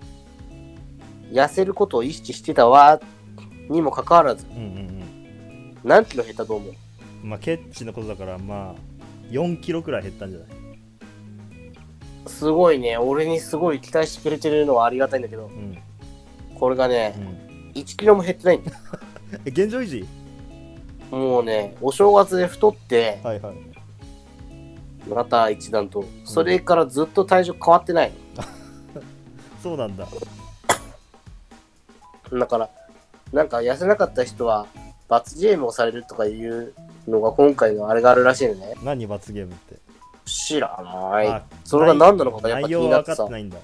B: ん。
A: 痩せることを意識してたわ、にもかかわらず、
B: うんうん
A: 何キロ減ったと思う
B: うん。まあ、ケッチのことだから、まあ、4キロくらい減ったんじゃない
A: すごいね、俺にすごい期待してくれてるのはありがたいんだけど
B: う、ん。
A: これがね
B: う、ん。
A: 1キロも減ってないんだ。
B: え、現状維持
A: もうね、お正月で太って、
B: はいはい。
A: また一段と、それからずっと体重変わってない。
B: そうなんだ。
A: だから、なんか痩せなかった人は罰ゲームをされるとかいうのが今回のあれがあるらしいのね。
B: 何罰ゲームって。
A: 知らない
B: あ。
A: それが何なのかがやっぱ
B: 内
A: 気に
B: 容
A: な
B: は
A: って
B: 分か
A: さ
B: って。ないんだ。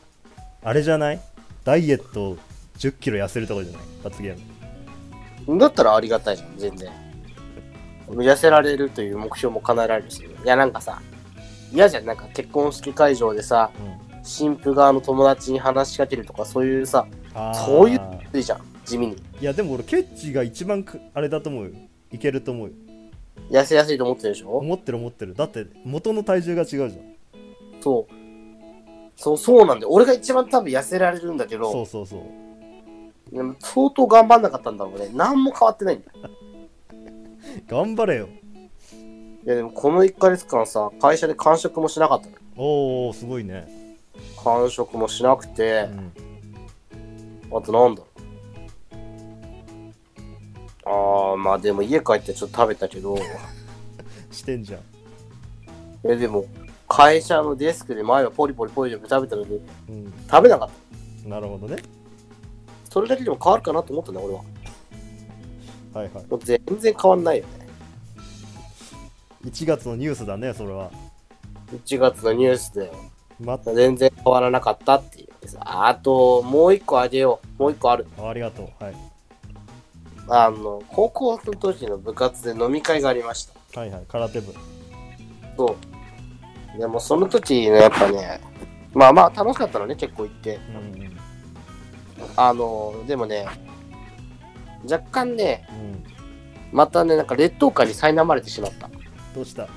B: あれじゃないダイエットを10キロ痩せるとかじゃない罰ゲーム。
A: だったらありがたいじゃん、全然。痩せられるという目標も叶えられるし。いや、なんかさ、嫌じゃん。なんか結婚式会場でさ、
B: うん。
A: 新婦側の友達に話しかけるとか、そういうさ、
B: あー
A: そういういいじゃん、地味に。
B: いや、でも俺、ケッチが一番くあれだと思うよ。いけると思うよ。
A: 痩せやすいと思ってるでしょ
B: 思ってる思ってる。だって、元の体重が違うじゃん。
A: そう。そう、そうなんで、俺が一番多分痩せられるんだけど、
B: そうそうそう。
A: でも相当頑張んなかったんだろうね。何も変わってないんだよ。
B: 頑張れよ。
A: いやでもこの1ヶ月間さ、会社で完食もしなかったの。
B: おー、すごいね。
A: 完食もしなく
B: う
A: て、
B: ん。
A: あとなんだろう。あー、まあでも家帰ってちょっと食べたけど、
B: してんじゃん。
A: えでも会社のデスクで前はポリポリポリポリ食べたのに
B: うん。
A: 食べなかった。
B: なるほどね。
A: それだけでも変わるかなと思ったね、俺は。
B: はいはい。
A: もう全然変わんないよね。
B: 1月のニュースだね、それは。
A: 1月のニュースで
B: また、
A: 全然変わらなかったっていうさ。あと、もう1個あげよう。もう1個ある。
B: ありがとう。はい。
A: あの、高校の時の部活で飲み会がありました。
B: はいはい。空手部。
A: そう。でもその時のやっぱね、まあまあ楽しかったのね、結構行って。
B: うんうん。
A: あの、でもね、若干ね、
B: うん
A: またね、なんか劣等感に苛まれてしまった。
B: どうした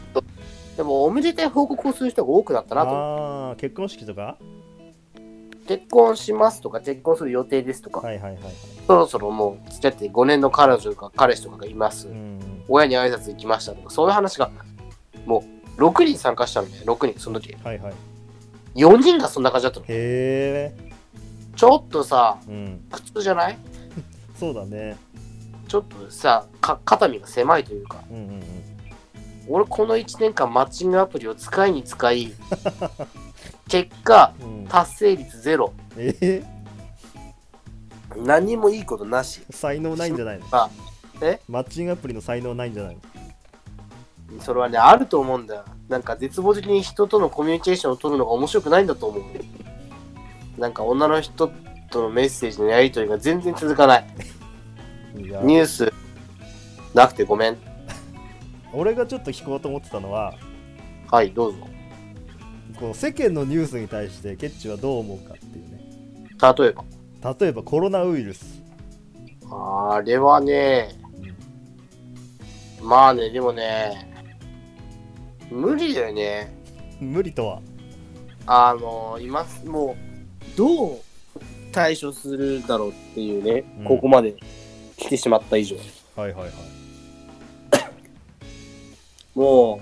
A: でも、おめでたい報告をする人が多くなったなと思
B: ああ結婚式とか
A: う。結婚しますとか、結婚する予定ですとか、
B: はいはいはいはい
A: そろそろもう付き合って5年の彼女とか彼氏とかがいます。
B: うん
A: 親に挨拶行きましたとか、そういう話が、もう、6人参加したのね、6人、その時。
B: はいはい
A: 4人がそんな感じだったの。
B: へえ
A: ちょっとさ、
B: うん
A: 苦痛じゃない
B: そうだね
A: ちょっとさか肩身が狭いというか
B: うんうんうん
A: 俺この1年間マッチングアプリを使いに使い結果
B: うん
A: 達成率ゼロ
B: えー、
A: 何もいいことなし
B: 才能ないんじゃないの
A: あえ
B: マッチングアプリの才能ないんじゃないの
A: それはねあると思うんだよなんか絶望的に人とのコミュニケーションを取るのが面白くないんだと思うなんか女の人とのメッセージのやり取りが全然続かない
B: いや
A: ニュースなくてごめん
B: 俺がちょっと聞こうと思ってたのは
A: はいどうぞ
B: こう世間のニュースに対してケッチはどう思うかっていうね
A: 例えば
B: 例えばコロナウイルス
A: あれはね、まあね、でもね、無理だよね。
B: 無理とは
A: あの、今、もう、どう対処するだろうっていうね、
B: うん
A: ここまで来てしまった以上。
B: はいはいはい
A: も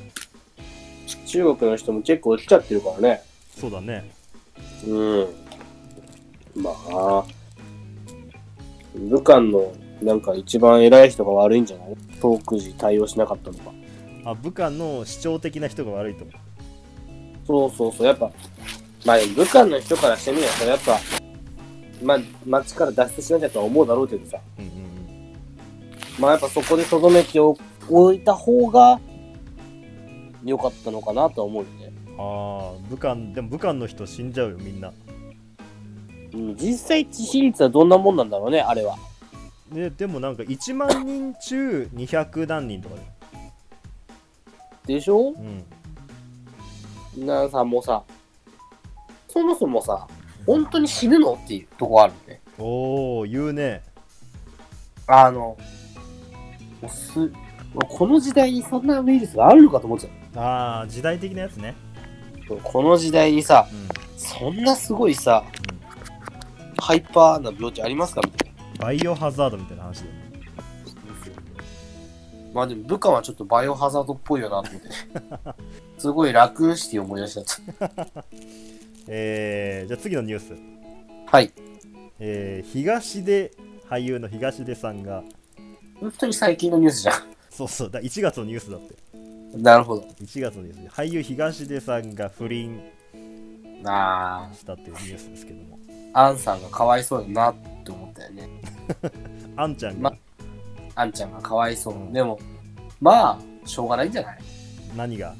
A: う、中国の人も結構来ちゃってるからね。
B: そうだね
A: うん。まあ、武漢の、なんか一番偉い人が悪いんじゃない当ク時対応しなかったのか。
B: あ武漢の主張的な人が悪いと思
A: そうそうそう、やっぱ、まあ、武漢の人からしてみればさ、やっぱ、まあ、町から脱出しなきゃとは思うだろうけどさ、
B: ううんうん
A: まあ、やっぱそこでとどめきを置いた方が、良かったのかなとは思うよね。
B: うんああ武漢でも武漢の人死んじゃうよみんな
A: うん、実際、致死率はどんなもんなんだろうね、あれは。
B: ででもなんか1万人中200何人とかで、
A: でしょ
B: うん、
A: なんさ、もうさ、そもそもさ、本当に死ぬのっていうとこあるね。
B: おお言うね
A: あの、もうす、もうこの時代にそんなウイルスがあるのかと思っちゃ
B: ああ時代的なやつね
A: う。この時代にさ、
B: うん
A: そんなすごいさ、ハイパーな病気ありますかみたいな。
B: バイオハザードみたいな話だよね
A: まあでも部下はちょっとバイオハザードっぽいよなと思って。すごい楽して思い出しちゃった。
B: えー、じゃあ次のニュース、
A: はい。
B: えー、東出俳優の東出さんが
A: 本当に最近のニュースじゃ
B: そうそうだ1月のニュースだって
A: ん。なるほど。
B: 1月のニュースで俳優東出さんが不倫
A: な
B: したっていうニュースですけども
A: あ、アンさんがかわいそうだなって思ったよね。
B: あんちゃん
A: ま
B: が
A: アンちゃんがかわいそう。
B: うん
A: でも、まあ、しょうがないんじゃない
B: 何が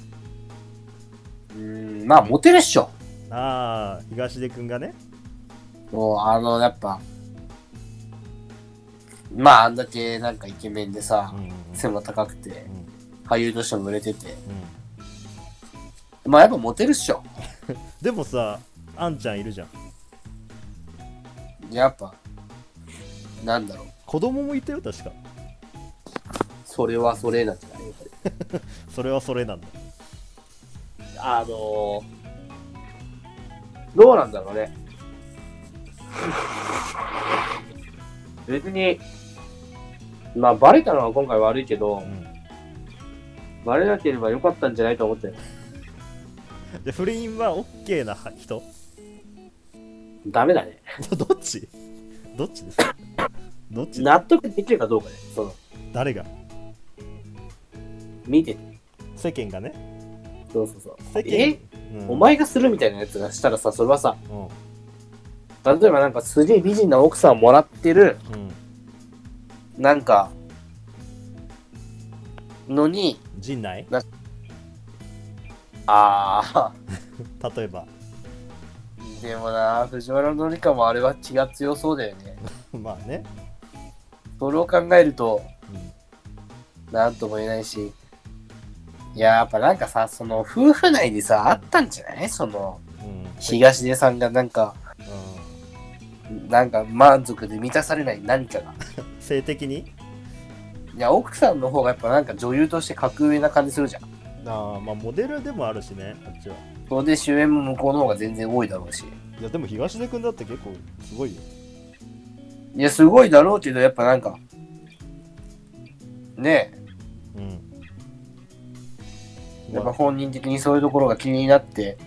A: うーん、まあ、モテるっしょ。
B: ああ東出くんがね
A: もう、あの、やっぱ、まあ、あんだけなんかイケメンでさ
B: うん、うん
A: 背も高くて、
B: うん
A: 俳優としても売れてて。
B: うん
A: まあやっぱモテるっしょ。
B: でもさあんちゃんいるじゃん
A: やっぱ、なんだろう。
B: 子供もいたよ確か
A: それはそれなんじゃない
B: それはそれなんだ
A: あのー、どうなんだろうね。別に、まあバレたのは今回悪いけど
B: う、ん
A: バレなければよかったんじゃないと思ってる。
B: で不倫は OK な人
A: ダメだね。
B: どっちどっちですかどっち
A: 納得できるかどうかね。その、
B: 誰が
A: 見てて。
B: 世間がね
A: そうそうそう。
B: 世間
A: え
B: うん
A: お前がするみたいなやつがしたらさ、それはさ、
B: うん
A: 例えばなんかすげえ美人な奥さんをもらってる、
B: うん
A: なんか、のに、
B: 陣内
A: ああ、
B: 例えば
A: でもな、藤原紀香もあれは血が強そうだよね。
B: まあね、
A: それを考えると、
B: うん
A: なんとも言えないし、いや、やっぱなんかさ、その夫婦内でさ、あったんじゃないその、
B: うん
A: 東出さんがなんか、
B: う
A: なんか満足で満たされない何かが。
B: 性的に
A: いや、奥さんの方がやっぱなんか女優として格上な感じするじゃん。
B: ああまあモデルでもあるしねあっちは
A: それで主演も向こうの方が全然多いだろうし。
B: いやでも東出君だって結構すごいよ
A: いや、すごいだろうけど、やっぱなんか、ね
B: うん
A: え、やっぱ本人的にそういうところが気になって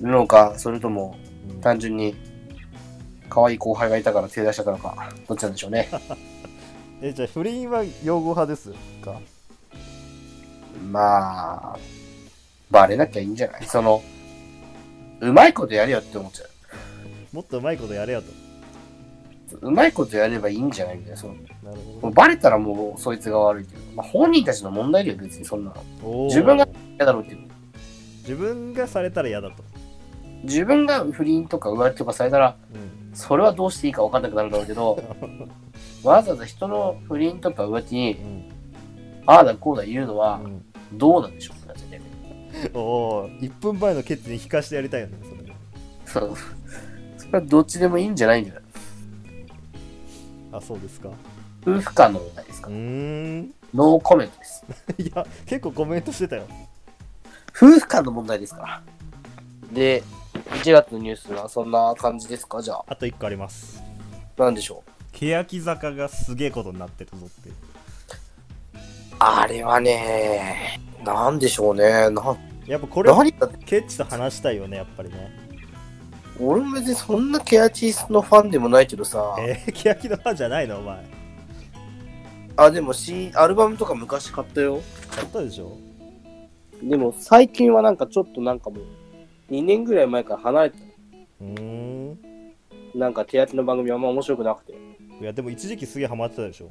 B: うん
A: るのか、それとも
B: うん
A: 単純に可愛い後輩がいたから手出しちゃったのか、どっちなんでしょうね。
B: えじゃあ不倫は擁護派ですか
A: まあ、バレなきゃいいんじゃないその、うまいことやれよって思っちゃう。
B: もっとうまいことやれやと
A: うまいことやればいいんじゃないみたいな。その
B: なるほ
A: も
B: ど
A: うバレたらもうそいつが悪いけど、まあ、本人たちの問題だよ、別にそんなの。
B: おー
A: 自分が嫌だろうっていう。
B: 自分がされたら嫌だと、
A: 自分が不倫とか浮気とかされたら、
B: うん、
A: それはどうしていいか分かんなくなるだろうけ ど、わざわざ人の不倫とか浮気
B: う
A: に、
B: ん
A: ああだこうだ言うのは
B: う、ん
A: どうなんでしょうね、ね
B: おお1分前のケツに引かしてやりたいよねそれ
A: そう。それはどっちでもいいんじゃないんじゃない
B: あそうですか
A: 夫婦間の問題です
B: う
A: か
B: ーん
A: ノーコメントです。
B: いや結構コメントしてたよ
A: 夫婦間の問題ですから。で、1月のニュースはそんな感じですかじゃあ、
B: あと1個あります
A: なんでしょう。
B: 欅坂がすげえことになってるぞっていう
A: あれはね、なんでしょうね。な
B: やっぱこれ
A: 何だ
B: ケッチと話したいよねやっぱりね
A: 俺も別にそんなケアチースのファンでもないけどさ、
B: えー、欅のファンじゃないのお前
A: あ、でも、C、アルバムとか昔買ったよ。
B: やったでしょ
A: でも最近はなんかちょっとなんかもう、2年ぐらい前から離れて
B: うーん
A: た。なんかケアチの番組あんま面白くなくて。
B: いやでも一時期すげえハマってたでしょ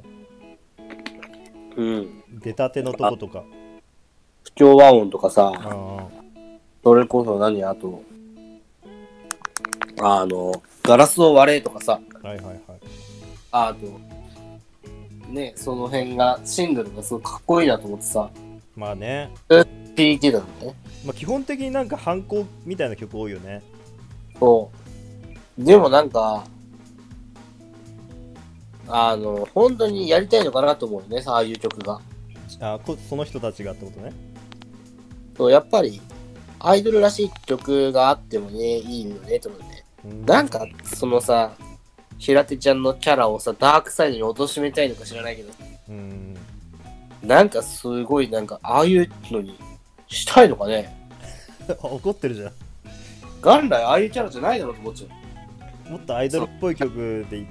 A: うん。
B: 出たてのとことか
A: 不協和音とかさ、
B: ああ
A: それこそ何あと、あの、ガラスを割れとかさ、
B: はいはいはい
A: あと、ね、その辺が、シングルがすごいかっこいいなと思ってさ、
B: まあね、
A: 聞いてたのね。
B: まあ、基本的になんか反抗みたいな曲多いよね
A: そう。でもなんか、あの、本当にやりたいのかなと思うよね、さああいう曲が。
B: あこその人たちがってことね
A: そう、やっぱり、アイドルらしい曲があってもね、いいよね、と思うね。
B: うん
A: なんか、そのさ、平手ちゃんのキャラをさ、ダークサイドに貶としめたいのか知らないけど、
B: うん
A: なんかすごい、なんか、ああいうのにしたいのかね。
B: あ 怒ってるじゃん
A: 元来ああいうキャラじゃないだろうと思っちゃう。
B: もっとアイドルっぽい曲でい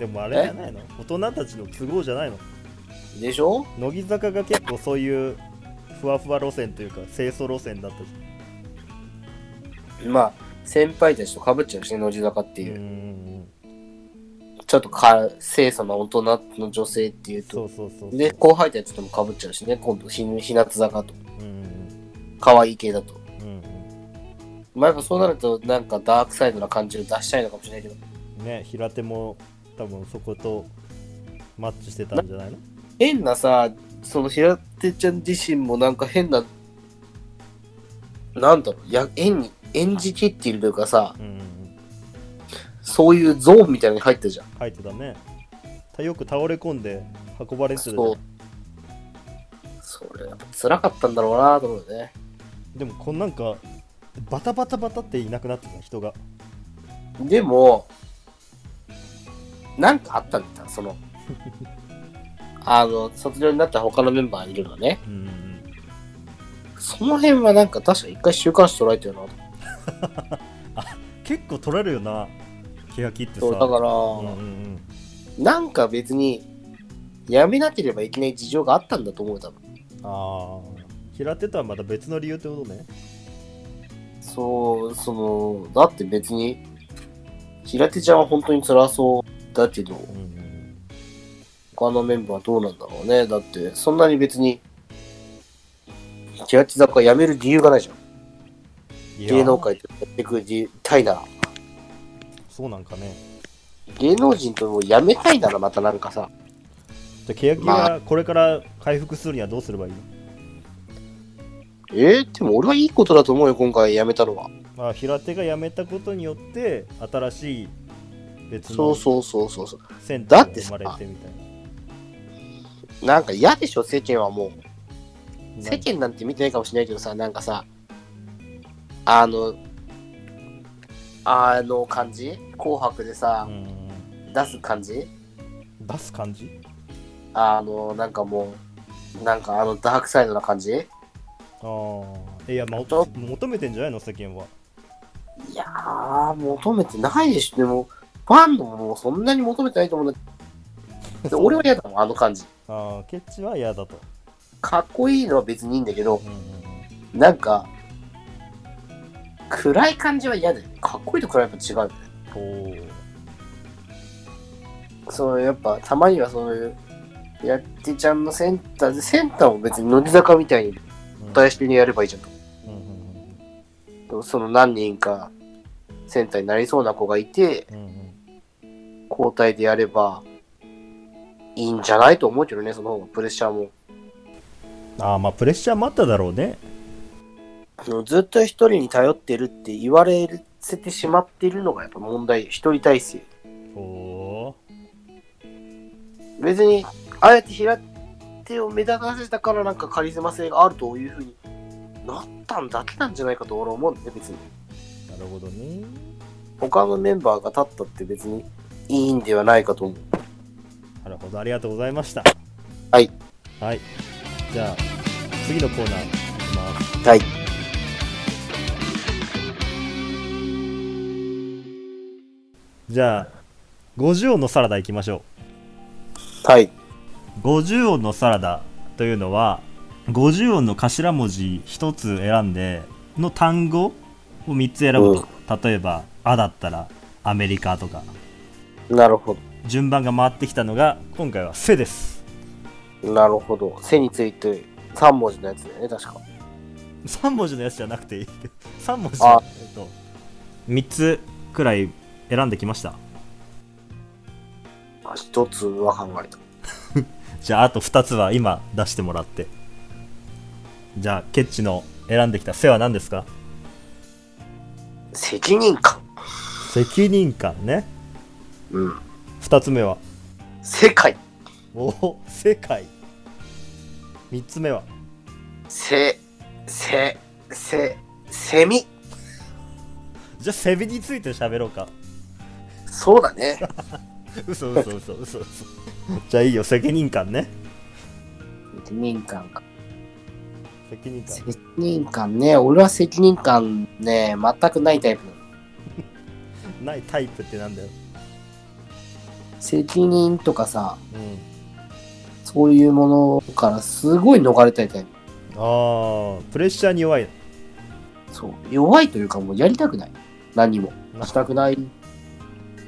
B: でもあれじゃないの大人たちの都合じゃないの
A: でしょ
B: 乃木坂が結構そういうふわふわ路線というか清楚路線だったじ
A: まあ、先輩たちと被っちゃうしね、乃木坂って
B: ゃ
A: い
B: んう
A: う。
B: ん
A: ちょっとか、清楚な大人の女性っていう
B: そ
A: と。
B: うそうそうそう
A: で、後輩たちとも被っちゃうしね、今度、ひ日向坂と。
B: うん
A: 可愛い系だと。
B: うんうん
A: まあ、やっぱそうなると、なんかダークサイドな感じを出したいのかもしれないけど、
B: うんね平手も多分そことマッチしてたんじゃないの
A: 変なさ、その平手ちゃん自身もなんか変な、なんだろう、や演に演じきっているというかさ、
B: うんうんうん
A: そういうゾーンみたいなのに入ってるじゃん。
B: 書いてたねたよく倒れ込んで運ばれてたじゃん
A: そう。それ、やっぱ辛かったんだろうなと思うよね。
B: でもこんなんかバタバタバタっていなくなってた人が
A: でも、なんかあったんだよ、そ の、あの、卒業になった他のメンバーいるのね。
B: うん
A: その辺はなんか確か一回週刊誌捉えてるなと。
B: 結構取られるよな欅ってさ
A: そう、だか
B: うん
A: ら、
B: うんうん
A: なんか別に、やめなければいけない事情があったんだと思う、多分。
B: ああ平手とはまた別の理由ってことね
A: そう、その、だって別に、平手ちゃんは本当に辛そうだけど、
B: うんうん
A: 他のメンバーはどうなんだろうね。だって、そんなに別に、平手坂辞める理由がないじゃん。
B: いや
A: 芸能界とやっていく理由たいなら。
B: そうなんかね
A: 芸能人ともう辞めたいならまたなんかさ、
B: じゃあ欅
A: ま
B: がこれから回復するにはどうすればいいの、
A: えー、でも俺はいいことだと思うよ、今回辞めたのは。
B: まあ、平手が辞めたことによって新しい別
A: そ
B: の
A: うそうそうそうそ
B: センタ
A: だ
B: ー
A: って
B: に生
A: さ
B: まれてみたいな
A: う。なんか嫌でしょ、世間はもう。
B: な
A: 世間なんて見てないかもしれないけどさ、なんかさ、あの、あの感じ紅白でさ
B: う、ん
A: 出す感じ
B: 出す感じ
A: あの、なんかもう、なんかあのダークサイドな感じい
B: ああいや、まあ、
A: と
B: 求めてんじゃないの世間は
A: やー、求めてないでしょ。でも、ファンのもうそんなに求めてないと思うんだけど、俺は嫌だもん、あの感じ。
B: ああケッチは嫌だと、
A: かっこいいのは別にいいんだけど
B: う、んうんうん
A: なんか、暗い感じは嫌だよね。かっこいいと暗いの違うよね。
B: おー
A: そのやっぱたまにはそういうやってちゃんのセンターでセンターも別に乃木坂みたいに
B: うん
A: 大してにやればいいじゃん
B: うんうん
A: とその何人かセンターになりそうな子がいて
B: うんうん
A: 交代でやればいいんじゃないと思うけどねその方がプレッシャーも
B: ああまあプレッシャーもあっただろうね
A: あのずっと一人に頼ってるって言われせてしまってるのがやっぱ問題一人体制
B: おお
A: 別にああやって平手を目立たせたからなんかカリスマ性があるというふうになったんだけなんじゃないかと俺は思うんだよね別に。
B: ーなるほどね
A: 他のメンバーが立ったって別にいいんではないかと思う。
B: なるほどありがとうございました
A: はい
B: はいじゃあ次のコーナーいきます
A: はい。
B: じゃあ50音のサラダいきましょ
A: はい。
B: う50音のサラダというのは50音の頭文字1つ選んでの単語を3つ選ぶと、例えば「あ」だったら「アメリカ」とか
A: なるほ
B: 順番が回ってきたのが今回は「せ」です
A: ど。なるほど。背について3文字のやつだよね、確か。
B: 3文字のやつじゃなくていい3 文字
A: あ
B: えっと3つくらい選んできました
A: あ一つは考えた。
B: じゃああと2つは今出してもらってじゃあケッチの選んできた「せ」は何ですか
A: 責任感。
B: 責任感ね
A: うん。
B: 2つ目は
A: 世界。
B: おお世界3つ目は
A: せ、せ、せ、セミ。
B: じゃあセミについて喋ろうか
A: そうだね。
B: 嘘嘘嘘嘘嘘じゃあいいよ責任感ね
A: 責任感か。
B: 責任感
A: 責任感ね。俺は責任感ね、全くないタイプなの。
B: ないタイプってなんだよ
A: 責任とかさ、
B: うん
A: そういうものからすごい逃れたいタイプ。
B: ああプレッシャーに弱い
A: そう。弱いというかもうやりたくない。何も。
B: な
A: したくない。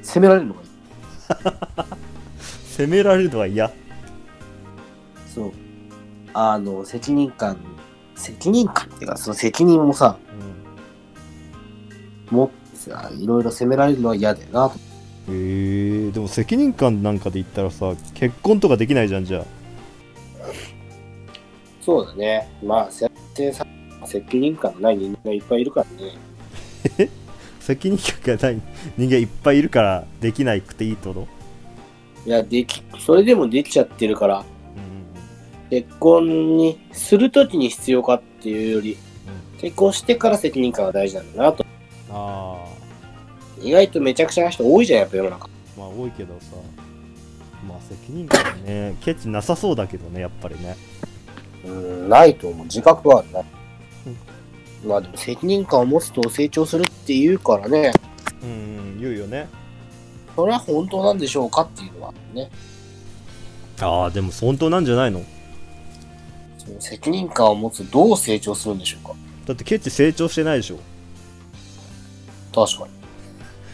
A: 責められるのがいい。
B: 責められるのは嫌
A: そう。あの、責任感、責任感っていうか、その責任もさ、持ってさ、いろいろ責められるのは嫌だよなと。
B: へえでも責任感なんかで言ったらさ結婚とかできないじゃんじゃあ
A: そうだね。まあ、設定さ、責任感のない人間がいっぱいいるからね。
B: 責任感がない人間いっぱいいるからできないくていいってこと
A: いや、でき、それでもできちゃってるから、
B: う
A: 結婚にするときに必要かっていうより、結婚してから責任感が大事なんだなと。
B: んああ
A: 意外とめちゃくちゃな人多いじゃん、やっぱ世の中。
B: まあ多いけどさまあ責任感ねケチなさそうだけどねやっぱりね
A: うん、ないと思う。自覚はあるな。まあでも責任感を持つと成長するって言うからね、
B: うん、言うよね
A: それは本当なんでしょうかっていうのはね、
B: ああでも本当なんじゃないの
A: その責任感を持つとどう成長するんでしょうか。
B: だってケチ成長してないでしょ
A: 確かに。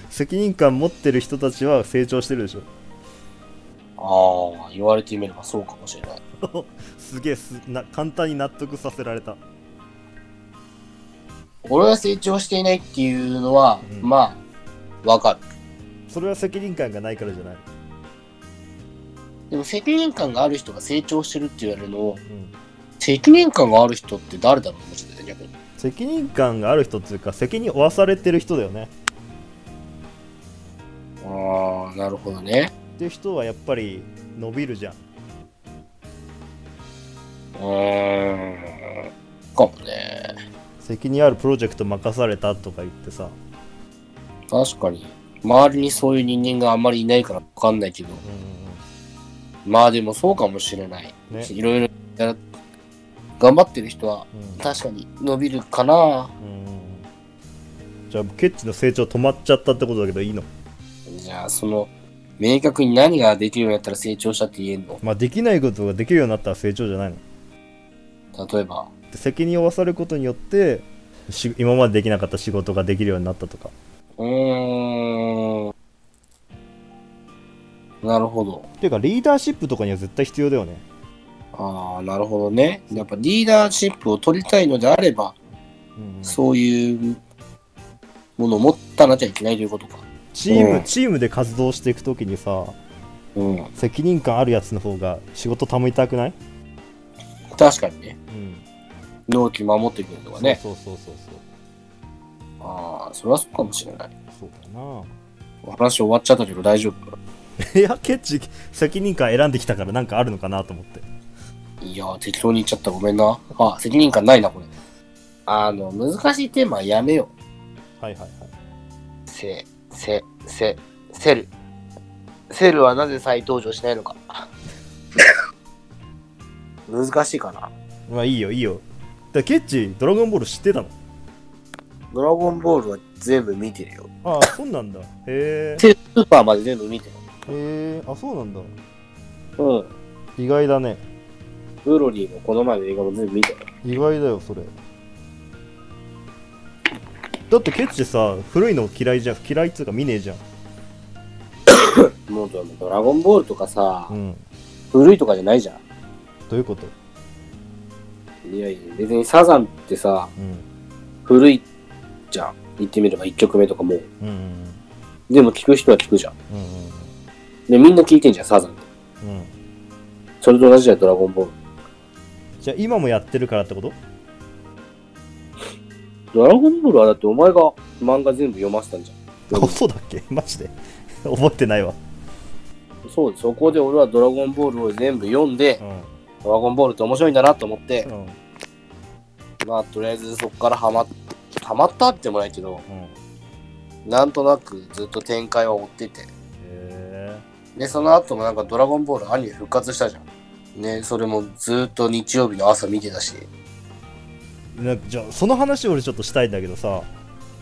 B: 責任感持ってる人たちは成長してるでしょ
A: ああ、言われてみればそうかもしれない。
B: すげえすな簡単に納得させられた
A: 俺は成長していないっていうのは、
B: うん
A: まあ、わかる。
B: それは責任感がないからじゃない、
A: でも責任感がある人が成長してるって言われるのを、
B: うん、
A: 責任感がある人って誰だろうと思ってた逆に。
B: 責任感がある人っていうか責任負わされてる人だよね
A: ああ、なるほどね。
B: っていう人はやっぱり伸びるじゃん
A: うーん。かもね。
B: 責任あるプロジェクト任されたとか言ってさ、
A: 確かに。周りにそういう人間があんまりいないからわかんないけど。まあでもそうかもしれない。
B: ね
A: いろいろやら頑張ってる人は
B: う
A: 確かに伸びるかな。
B: んうんうんじゃあケッチの成長止まっちゃったってことだけどいいの
A: じゃあその、明確に何ができるようになったら成長したって言えんの
B: まあできないことができるようになったら成長じゃないの
A: 例えば。
B: で責任を負わされることによってし今までできなかった仕事ができるようになったとか
A: うーん。なるほど。
B: っていうかリーダーシップとかには絶対必要だよね
A: ああ、なるほどね。やっぱリーダーシップを取りたいのであれば、
B: うんうん
A: そういうものを持ったなきゃいけないということか。
B: チーム、
A: うん
B: チームで活動していくときにさ
A: うん。
B: 責任感あるやつの方が仕事保りたくない、
A: 確かにね。
B: うん
A: 納期守ってくれるとかね。
B: そうそうそうそう
A: ああ、それはそうかもしれない。
B: そうだな
A: お話終わっちゃったけど大丈夫か
B: いやケッチ責任感選んできたからなんかあるのかなと思って
A: いやー、適当に言っちゃった。ごめんな。あ、責任感ないな、これ。あの、難しいテーマはやめよ。
B: はいはいはいう
A: せ、せ、せ、セル。セルはなぜ再登場しないの か。難しいかな。
B: まあいいよいいよでケッチドラゴンボール知ってたの
A: ドラゴンボールは全部見てるよ。
B: ああそうなんだへえ
A: セルスーパーまで全部見て
B: へえあそうなんだ
A: る。うん。
B: 意外だね
A: ブロリーもこの前の映画も全部見たよ。
B: 意外だよそれだってケッチさ古いの嫌いじゃん嫌いっつうか見ねえじゃん
A: もうドドラゴンボールとかさ、
B: うん
A: 古いとかじゃないじゃ
B: どういうこと
A: ん。いやいや、別にサザンってさ、
B: うん
A: 古いじゃん。言ってみれば1曲目とかもう。
B: うんうん
A: でも聞く人は聞くじゃん。
B: うん
A: で、みんな聞いてんじゃん、サザンって。
B: うんうんうん
A: それと同じだよ、ドラゴンボール。
B: じゃあ今もやってるからってこと
A: ドラゴンボールはだってお前が漫画全部読ませたんじゃん。
B: あそうだっけマジで覚えてないわ
A: そうです。そこで俺はドラゴンボールを全部読んで
B: う、ん
A: ドラゴンボールって面白いんだなと思って
B: う、ん
A: まあ、とりあえずそこからハマっ、ハマったってもないけど、
B: うんへ
A: なんとなくずっと展開を追ってて。
B: え
A: で、その後もなんかドラゴンボールアニメ復活したじゃん。ね、それもずっと日曜日の朝見てたし。
B: なんかじゃあその話俺ちょっとしたいんだけどさ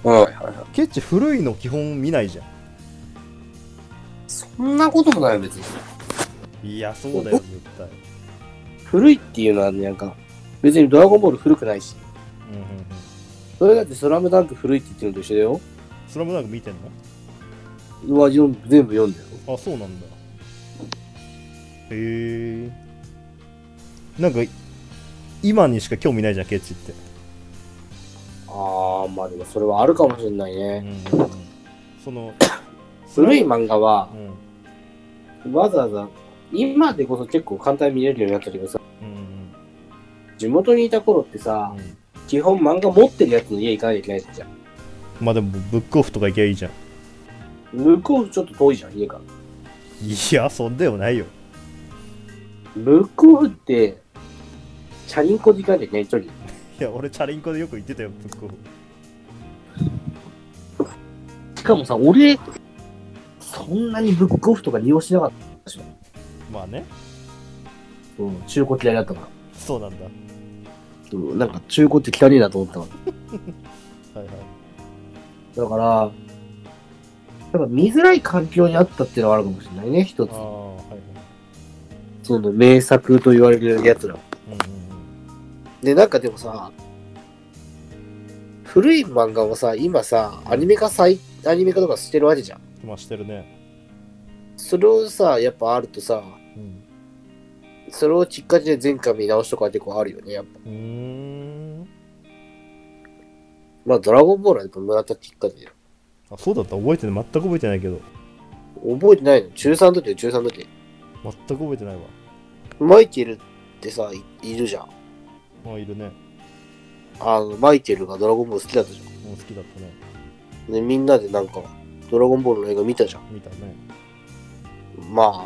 A: うん。はいはいはい。
B: ケッチ古いの基本見ないじゃ
A: そんなこともないよ、別に。
B: んいやそうだよ絶対
A: 古いっていうのはね、なんか、別にドラゴンボール古くないし。
B: うんうんうん
A: それだってスラムダンク古いって言ってるのと一緒だよ。
B: それもなんか見てん
A: うわ、読ん全部読んだよ。
B: のあそうなんだへえなんか今にしか興味ないじゃんケッチって
A: あー、まあでもそれはあるかもしれないね。
B: うんうんうんその
A: 古い漫画は
B: う、んうん
A: わざわざ、今でこそ結構簡単に見れるようになったけどさ、
B: うん
A: 地元にいた頃ってさ
B: う、ん
A: 基本漫画持ってるやつの家行かなきゃいけないじゃん。
B: まあでもブックオフとか行けばいいじゃん
A: 向こうちょっと遠いじゃん、家から。
B: いやそんでもないよ
A: ブックオフって、チャリンコで行かなきゃいけない距離。
B: いや俺チャリンコでよく行ってたよブックオフ
A: しかもさ、俺、そんなにブックオフとか利用しなかった。
B: まあね
A: うん、中古嫌いだったから。
B: そうなんだは
A: うん、なんか中古って汚ねえなと思ったか
B: いはい
A: ら。だから、やっぱ見づらい環境にあったっていうのはあるかもしれないね、一つ
B: あ。あはいはい
A: その名作と言われるやつら。
B: うん
A: で、なんかでもさ、古い漫画をさ、今さ、アニメ化再、アニメ化とかしてるわけじゃん。
B: うんうんまあしてるね
A: それをさ、やっぱあるとさ、
B: うん
A: それをきっかけで前回見直しとか結構あるよね、やっぱ。
B: うーん
A: まあ、ドラゴンボールはやっぱ村田きっかけだよ。
B: あそうだった覚えてない全く覚えてないけど
A: 覚えてないの中3の時よ、中3の時。
B: 全く覚えてないわ
A: マイケルってさ、いいるじゃん。
B: あいるね
A: あの、マイケルがドラゴンボール好きだったじゃ
B: もう好きだったね
A: ん。で、みんなでなんか、ドラゴンボールの映画見たじゃん。
B: 見たね
A: まあ、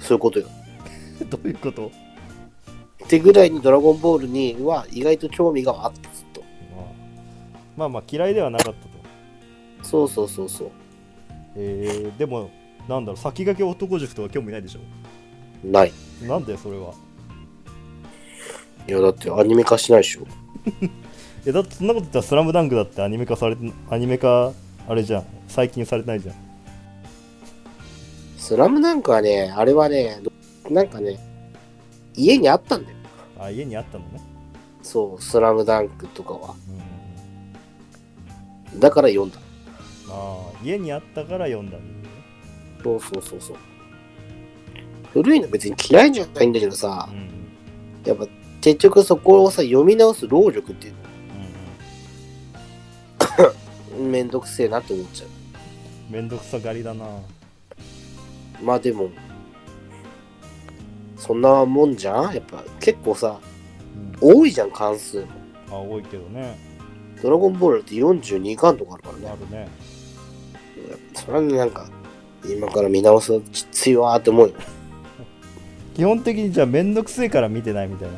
A: そういうことよ。
B: どういうこと
A: ってぐらいにドラゴンボールには意外と興味があったと。
B: まあまあ嫌いではなかったと。
A: そうそうそうそう。
B: えー、でも、なんだろう、先駆け男塾とは興味ないでしょ。
A: ない。
B: なんでそれは。
A: いや、だってアニメ化しないでしょ。
B: え、だってそんなこと言ったら、スラムダンクだってアニメ化されて、アニメ化、あれじゃん。最近されてないじゃん。
A: スラムなんかはね、あれはね、なんかね、家にあったんだよ。
B: あ、家にあったのね。
A: そう、スラムダンクとかは。
B: うん。
A: だから読んだ。
B: ああ、家にあったから読んだんだよね。
A: そうそうそうそう。古いの別に嫌いじゃないんだけどさ
B: うん、うん。うん
A: やっぱ結局そこをさ、読み直す労力っていうの、めんどくせえなって思っちゃう。
B: うん。めんどくさがりだな。
A: まあでも、そんなもんじゃんやっぱ結構さ、
B: うん。
A: 多いじゃん、関数も。
B: あ、多いけどね。
A: ドラゴンボールだって42巻とかあるから
B: あ
A: ね。
B: るね。
A: それはなんか、今から見直すのきついわーって思うよ。
B: 基本的にじゃあめんどくせえから見てないみたいな。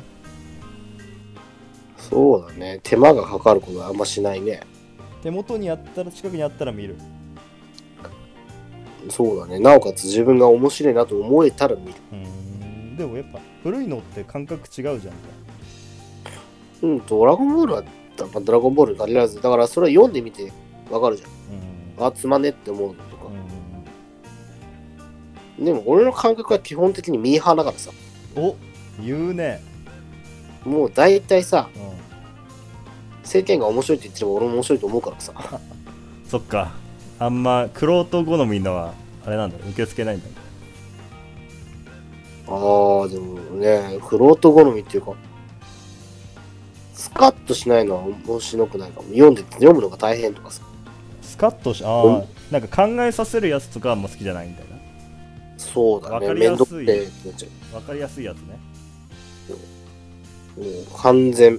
A: そうだね。手間がかかることはあんましないね。
B: 手元にあったら、近くにあったら見る。
A: そうだね。なおかつ自分が面白いなと思えたら見る。
B: うん。でもやっぱ、古いのって感覚違うじゃん。
A: うん、ドラゴンボールは、だまあドラゴンボールに限らず、だからそれは読んでみてわかるじ
B: うん
A: ゃん。あ、つまんねって思うの
B: う
A: とか。
B: ん
A: でも俺の感覚は基本的にミーハーだからさ。
B: お言うね、
A: もう大体さ、
B: う
A: 世間が面白いって言ってれば俺も面白いと思うからさ。
B: ん、そっかあんまクロート好みのはあれなんだ受け付けないんだ
A: あー、でもね、フロート好みっていうか、スカッとしないのは面白くないかも。読んで、読むのが大変とかさ。
B: スカッとしあ
A: う
B: あなんか考えさせるやつとかあんま好きじゃないみたいな
A: そうだ
B: わか
A: ね。
B: りや
A: め
B: すい
A: んどくてってなっちゃ
B: わかりやすいやつね
A: う。もう完全、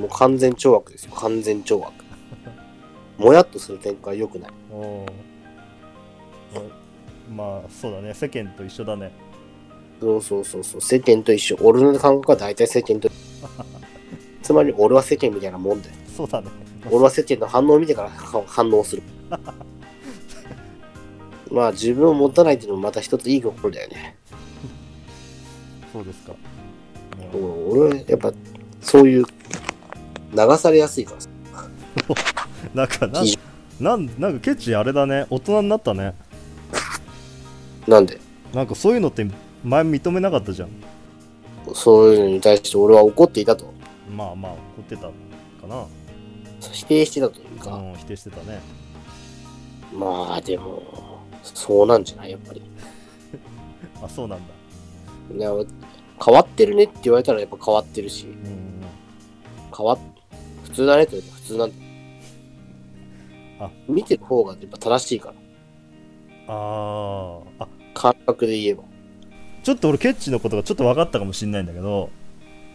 A: もう完全懲悪ですよ。完全懲 悪。もやっとする展開良くない。
B: おおまあそうだね世間と一緒だね
A: そうそうそうそう。世間と一緒。俺の感覚は大体世間と つまり俺は世間みたいなもんで。
B: そうだね
A: 俺は世間の反応を見てから反反 応する。まあ自分を持たないっていうのもまた一ついい心だよね。
B: そうですか
A: うん俺はやっぱそういう流されやすいからさ
B: なんかなんなんなんかケチあれだね大人になったね
A: なんで
B: なんかそういうのって前認めなかったじゃん
A: そういうのに対して俺は怒っていたと。
B: まあまあ怒ってたかな
A: 否定してたというか。
B: うん、否定してたね
A: まあでも、そうなんじゃないやっぱり。
B: あそうなんだ
A: な変わってるねって言われたらやっぱ変わってるし、
B: うん
A: 変わっ普通だねって言われたら普通なんだ
B: あ。
A: 見てる方がやっぱ正しいから。
B: あーあ
A: 感覚で言えば。
B: ちょっと俺ケッチのことがちょっと分かったかもしれないんだけど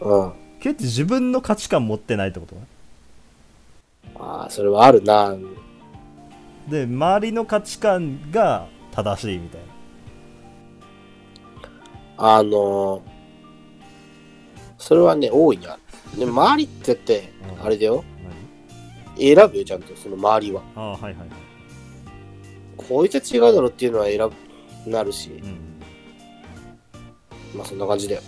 A: うん。
B: ケッチ自分の価値観持ってないってことね
A: ああ、それはあるな。
B: で周りの価値観が正しいみたいな
A: あのーそれはね、大いにある。で、周りってって
B: う、ん
A: あれだよ。
B: 何
A: 選ぶよ、ちゃんと、その周りは。
B: ああはいはいはい
A: こいつは違うだろっていうのは選ぶ、なるし
B: う、ん
A: まあそんな感じだよ。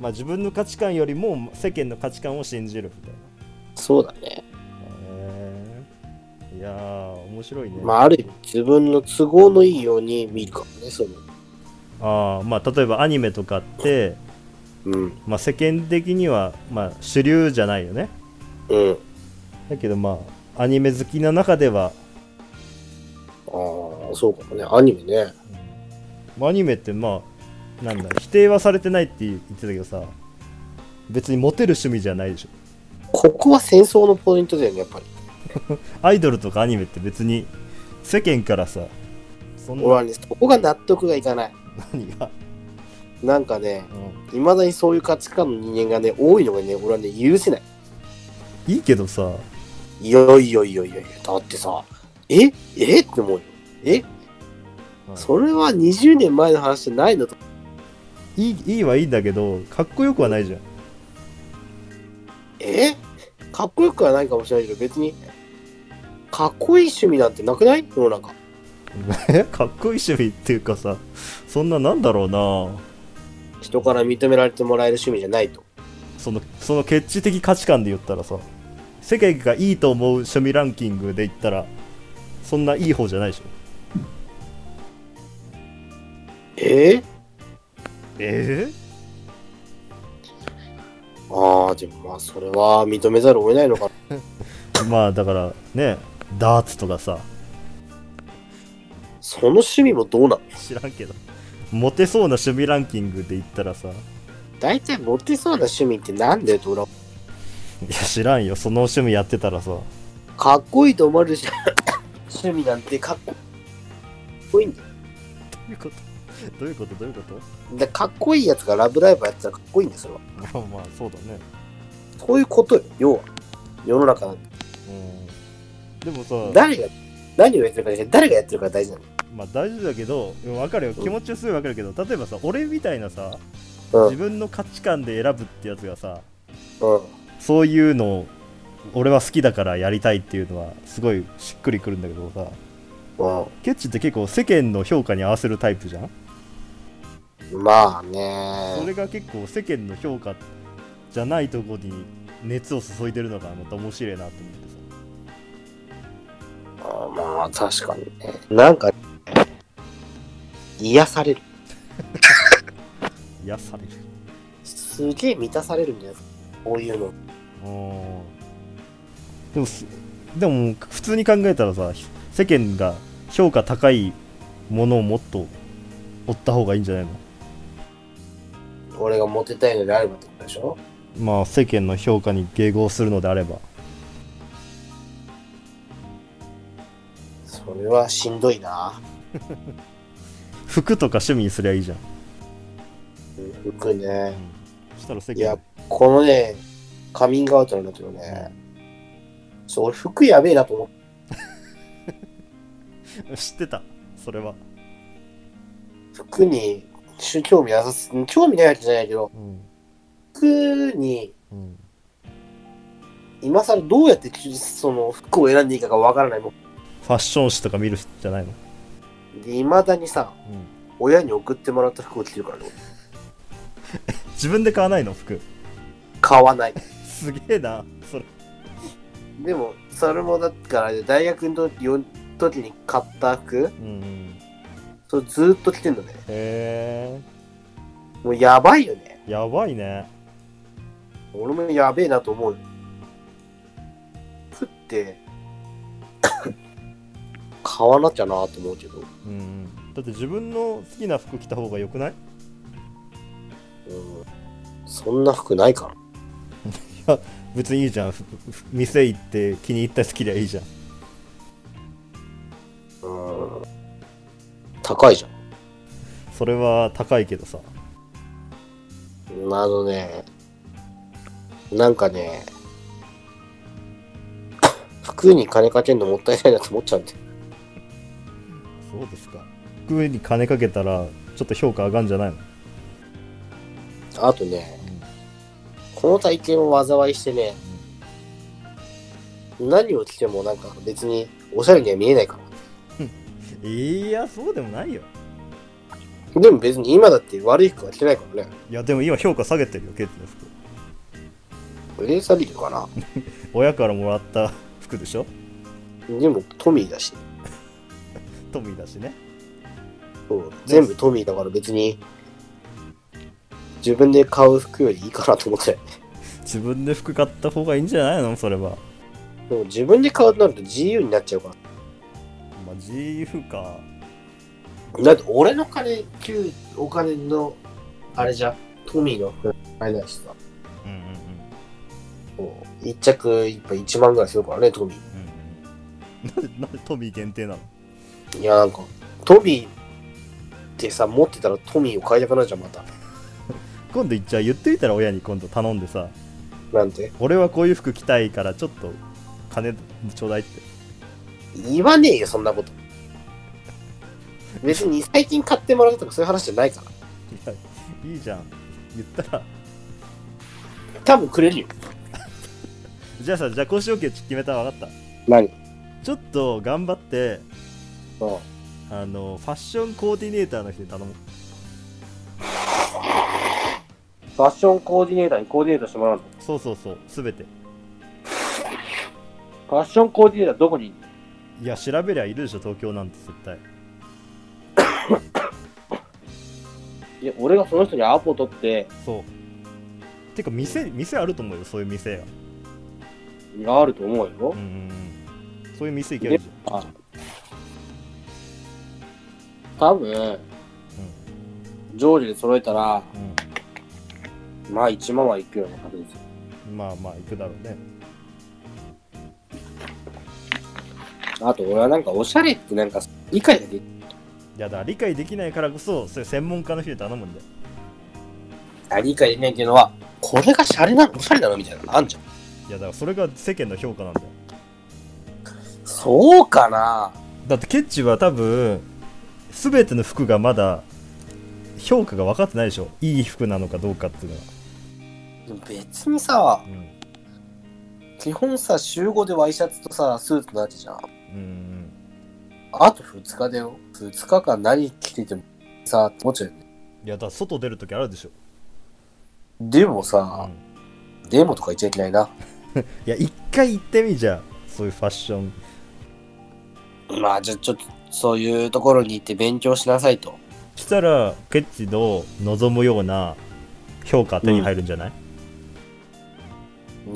B: まあ自分の価値観よりも世間の価値観を信じるみたいな
A: そうだね。
B: へえいやー面白いね、
A: まあある意味、自分の都合のいいように見るかもね、その。
B: あーまあ例えばアニメとかって、
A: うん。
B: まあ、世間的には、まあ、主流じゃないよね
A: うん。
B: だけどまあアニメ好きな中では
A: ああ、そうかもね。アニメね。
B: まあアニメってまあなんだ否定はされてないって言ってたけどさ別にモテる趣味じゃないでしょ
A: ここは戦争のポイントだよね、やっぱり。
B: アイドルとかアニメって別に世間からさそん
A: 俺は
B: な
A: ね、そこが納得がいかない。
B: 何が、
A: なんかね、
B: うん
A: いまだにそういう価値観の人間がね、多いのがね、俺はね、許せない。
B: いいけどさ
A: いやいやいやいやいや、だってさ、ええって思うよ。え
B: はい
A: それは20年前の話じゃないのと。
B: いいいいはいいんだけどかっこよくはないじゃん
A: えかっこよくはないかもしれないけど、別に、かっこいい趣味なんてなくない世の中。
B: え かっこいい趣味っていうかさそんななんだろうな
A: 人から認められてもらえる趣味じゃないと。
B: そのその決地的価値観で言ったらさ世界がいいと思う趣味ランキングで言ったらそんないい方じゃないでしょ
A: え
B: え
A: ああ、でもまあ、それは認めざるを得ないのかな。
B: まあだからねダーツとかさ
A: その趣味もどうなの
B: 知らんけどモテそうな趣味ランキングで言ったらさい
A: 大体モテそうな趣味ってなんだよ、ドラ
B: や知らんよその趣味やってたらさ
A: かっこいいと思われるし趣味なんてかっこいいんだよ。
B: どういうことどういうことどういうこと
A: だからかっこいいやつがラブライブやってたらかっこいいんですよ、それは。
B: まあまあそうだね
A: そういうことよ、要は。世の中なんて
B: うんでもさ、
A: 誰が、何をやってるかじゃなくて誰がやってるかが大事な
B: まあ、大事だけど分かるよ気持ちはすごい分かるけど例えばさ俺みたいなさ
A: の。う
B: 自
A: ん。
B: 分の価値観で選ぶってやつがさ
A: うん。
B: そういうのを俺は好きだからやりたいっていうのはすごいしっくりくるんだけどさケッチって結構世間の評価に合わせるタイプじゃん
A: うん、まあ
B: そ
A: ね。
B: れが結構世間の評価じゃないとこに熱を注いでるのがまた面白いなと思ってさ
A: あまあ、確かにね。なんか、癒される。
B: 癒される
A: すげえ満たされるんじゃないですか。こういうの。
B: うんでもすでも普通に考えたらさ世間が評価高いものをもっと追った方がいいんじゃないの
A: 俺がモテたいのであればってことでしょ
B: まあ世間の評価に迎合するのであれば
A: それはしんどいな。
B: 服とか趣味にすりゃいいじゃん、
A: うん服ね。
B: そしたら世
A: いや
B: 間、
A: このね、カミングアウトになってるね。そう、俺服やべえなと思って。
B: 知ってたそれは、
A: 服に、し興味なさす、興味ないわけじゃないけど、
B: うん
A: 服に、
B: うん、
A: 今更どうやって、その、服を選んでいいかがわからないも
B: ファッション誌とか見る人じゃないの、
A: ん。で、未だにさ、親に送ってもらった服を着てるからね。
B: 自分で買わないの服
A: 買わない。
B: すげえなそれ
A: でも、それもだから、大学のよ時に買った服、
B: うん
A: それずーっと着てんのね。
B: へ
A: もうやばいよね。
B: えやばいね
A: 俺もやべえなと思うよ。服 って、買わなきゃなと思うけど、
B: うんだって自分の好きな服着た方がよくない
A: うん、そんな服ないかな。
B: 別にいいじゃんふふ店行って気に入った好きりゃいいじゃん
A: うん、高いじゃ
B: それは高いけどさ
A: ん。あのね、なんかね、 服に金かけるのもったいないなと思っちゃうんで。
B: そうですか服に金かけたらちょっと評価上がんじゃないの
A: あとね、この体験を災いしてね、何を着てもなんか別におしゃれには見えないから。
B: いやそうでもないよ
A: でも別に今だって悪い服は着てないからね。
B: いやでも今評価下げてるよケッチの服
A: レーサリーかな。
B: 親からもらった服でしょ
A: でもトミーだし。
B: トミーだしね
A: そう全部トミーだから別に、自分で買う服よりいいかなと思って。
B: 自分で服買った方がいいんじゃないのそれは
A: でも自分で買うとなると GU になっちゃうか。
B: まあ GF から
A: だって俺の金、給お金の、あれじゃ、トミーの服買えないしさ。
B: うんうんうんうん
A: もう一着いっぱい1万ぐらいするからね、トミ
B: うんなんでなんでトミー限定なの
A: ー。いやなんか、トミーってさ、持ってたらトミーを買いたくなるじゃん、また。
B: 今度じゃあ言ってみたら親に今度頼んでさ
A: なんて。
B: 俺はこういう服着たいからちょっと金ちょうだいって
A: 言わねえよ、そんなこと。別に最近買ってもらったとかそういう話じゃないから。
B: いいじゃん言ったら
A: 多分くれるよ。
B: じゃあさじゃあこうしようけ決めたわ分かっ
A: 何
B: たちょっと頑張って
A: うん。
B: あのファッションコーディネーターの人に頼む
A: ファッションコーディネーターにコーディネートしてもらうの。
B: そうそうそう全て
A: ファッションコーディネーターどこにいる
B: いや調べりゃいるでしょ東京なんて絶対
A: いや、俺がその人にアポ取って、
B: そうてか店店あると思うよそういう店が
A: あると思うよ
B: うん。うんうんそういう店行けるじゃん、
A: あ多分、常時で揃えたら、
B: うんうん
A: まあ1万はいくよね、確実に。
B: まあまあ行くだろうね
A: あと俺はなんかおしゃれってなんか理解だけ
B: いやだから理解できないからこそそういう専門家の人に頼むんだよ
A: あ理解できないっていうのはこれがシャレなのおしゃれなのみたいなのあんじゃん
B: いやだからそれが世間の評価なんだよ
A: そうかな
B: だってケッチは多分全ての服がまだ評価が分かってないでしょいい服なのかどうかっていうのは、
A: 別にさ
B: うん、
A: 基本さ週5でワイシャツとさスーツのやつじゃん
B: うんうん
A: あと2日だよ2日間何着ててもさって思っちゃうよね
B: いやだから外出るときあるでしょ、
A: でも
B: う
A: さ
B: ん、、
A: でもとか言っちゃいけないない
B: や一回行ってみじゃあそういうファッション
A: まあじゃあちょっとそういうところに行って勉強しなさいと
B: したらケッチの望むような評価手に入るんじゃない、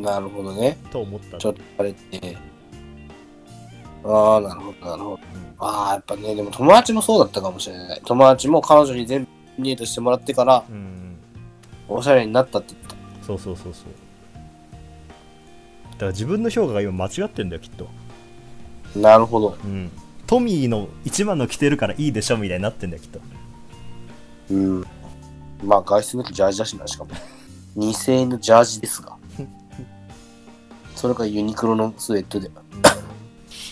A: なるほどね
B: と思った
A: ちょっとあれってああなるほどなるほど
B: うん
A: ああ、やっぱね、でも友達もそうだったかもしれない。友達も彼女に全部ニートしてもらってから、
B: うん
A: おしゃれになったって言った。
B: そうそうそうそうだから自分の評価が今間違ってんだよきっと
A: なるほど。
B: うんトミーの一番の着てるからいいでしょみたいになってんだよきっと
A: うん。まあ、外出向きジャージだしな、しかも。2000円のジャージですが。それからユニクロのスウェットで。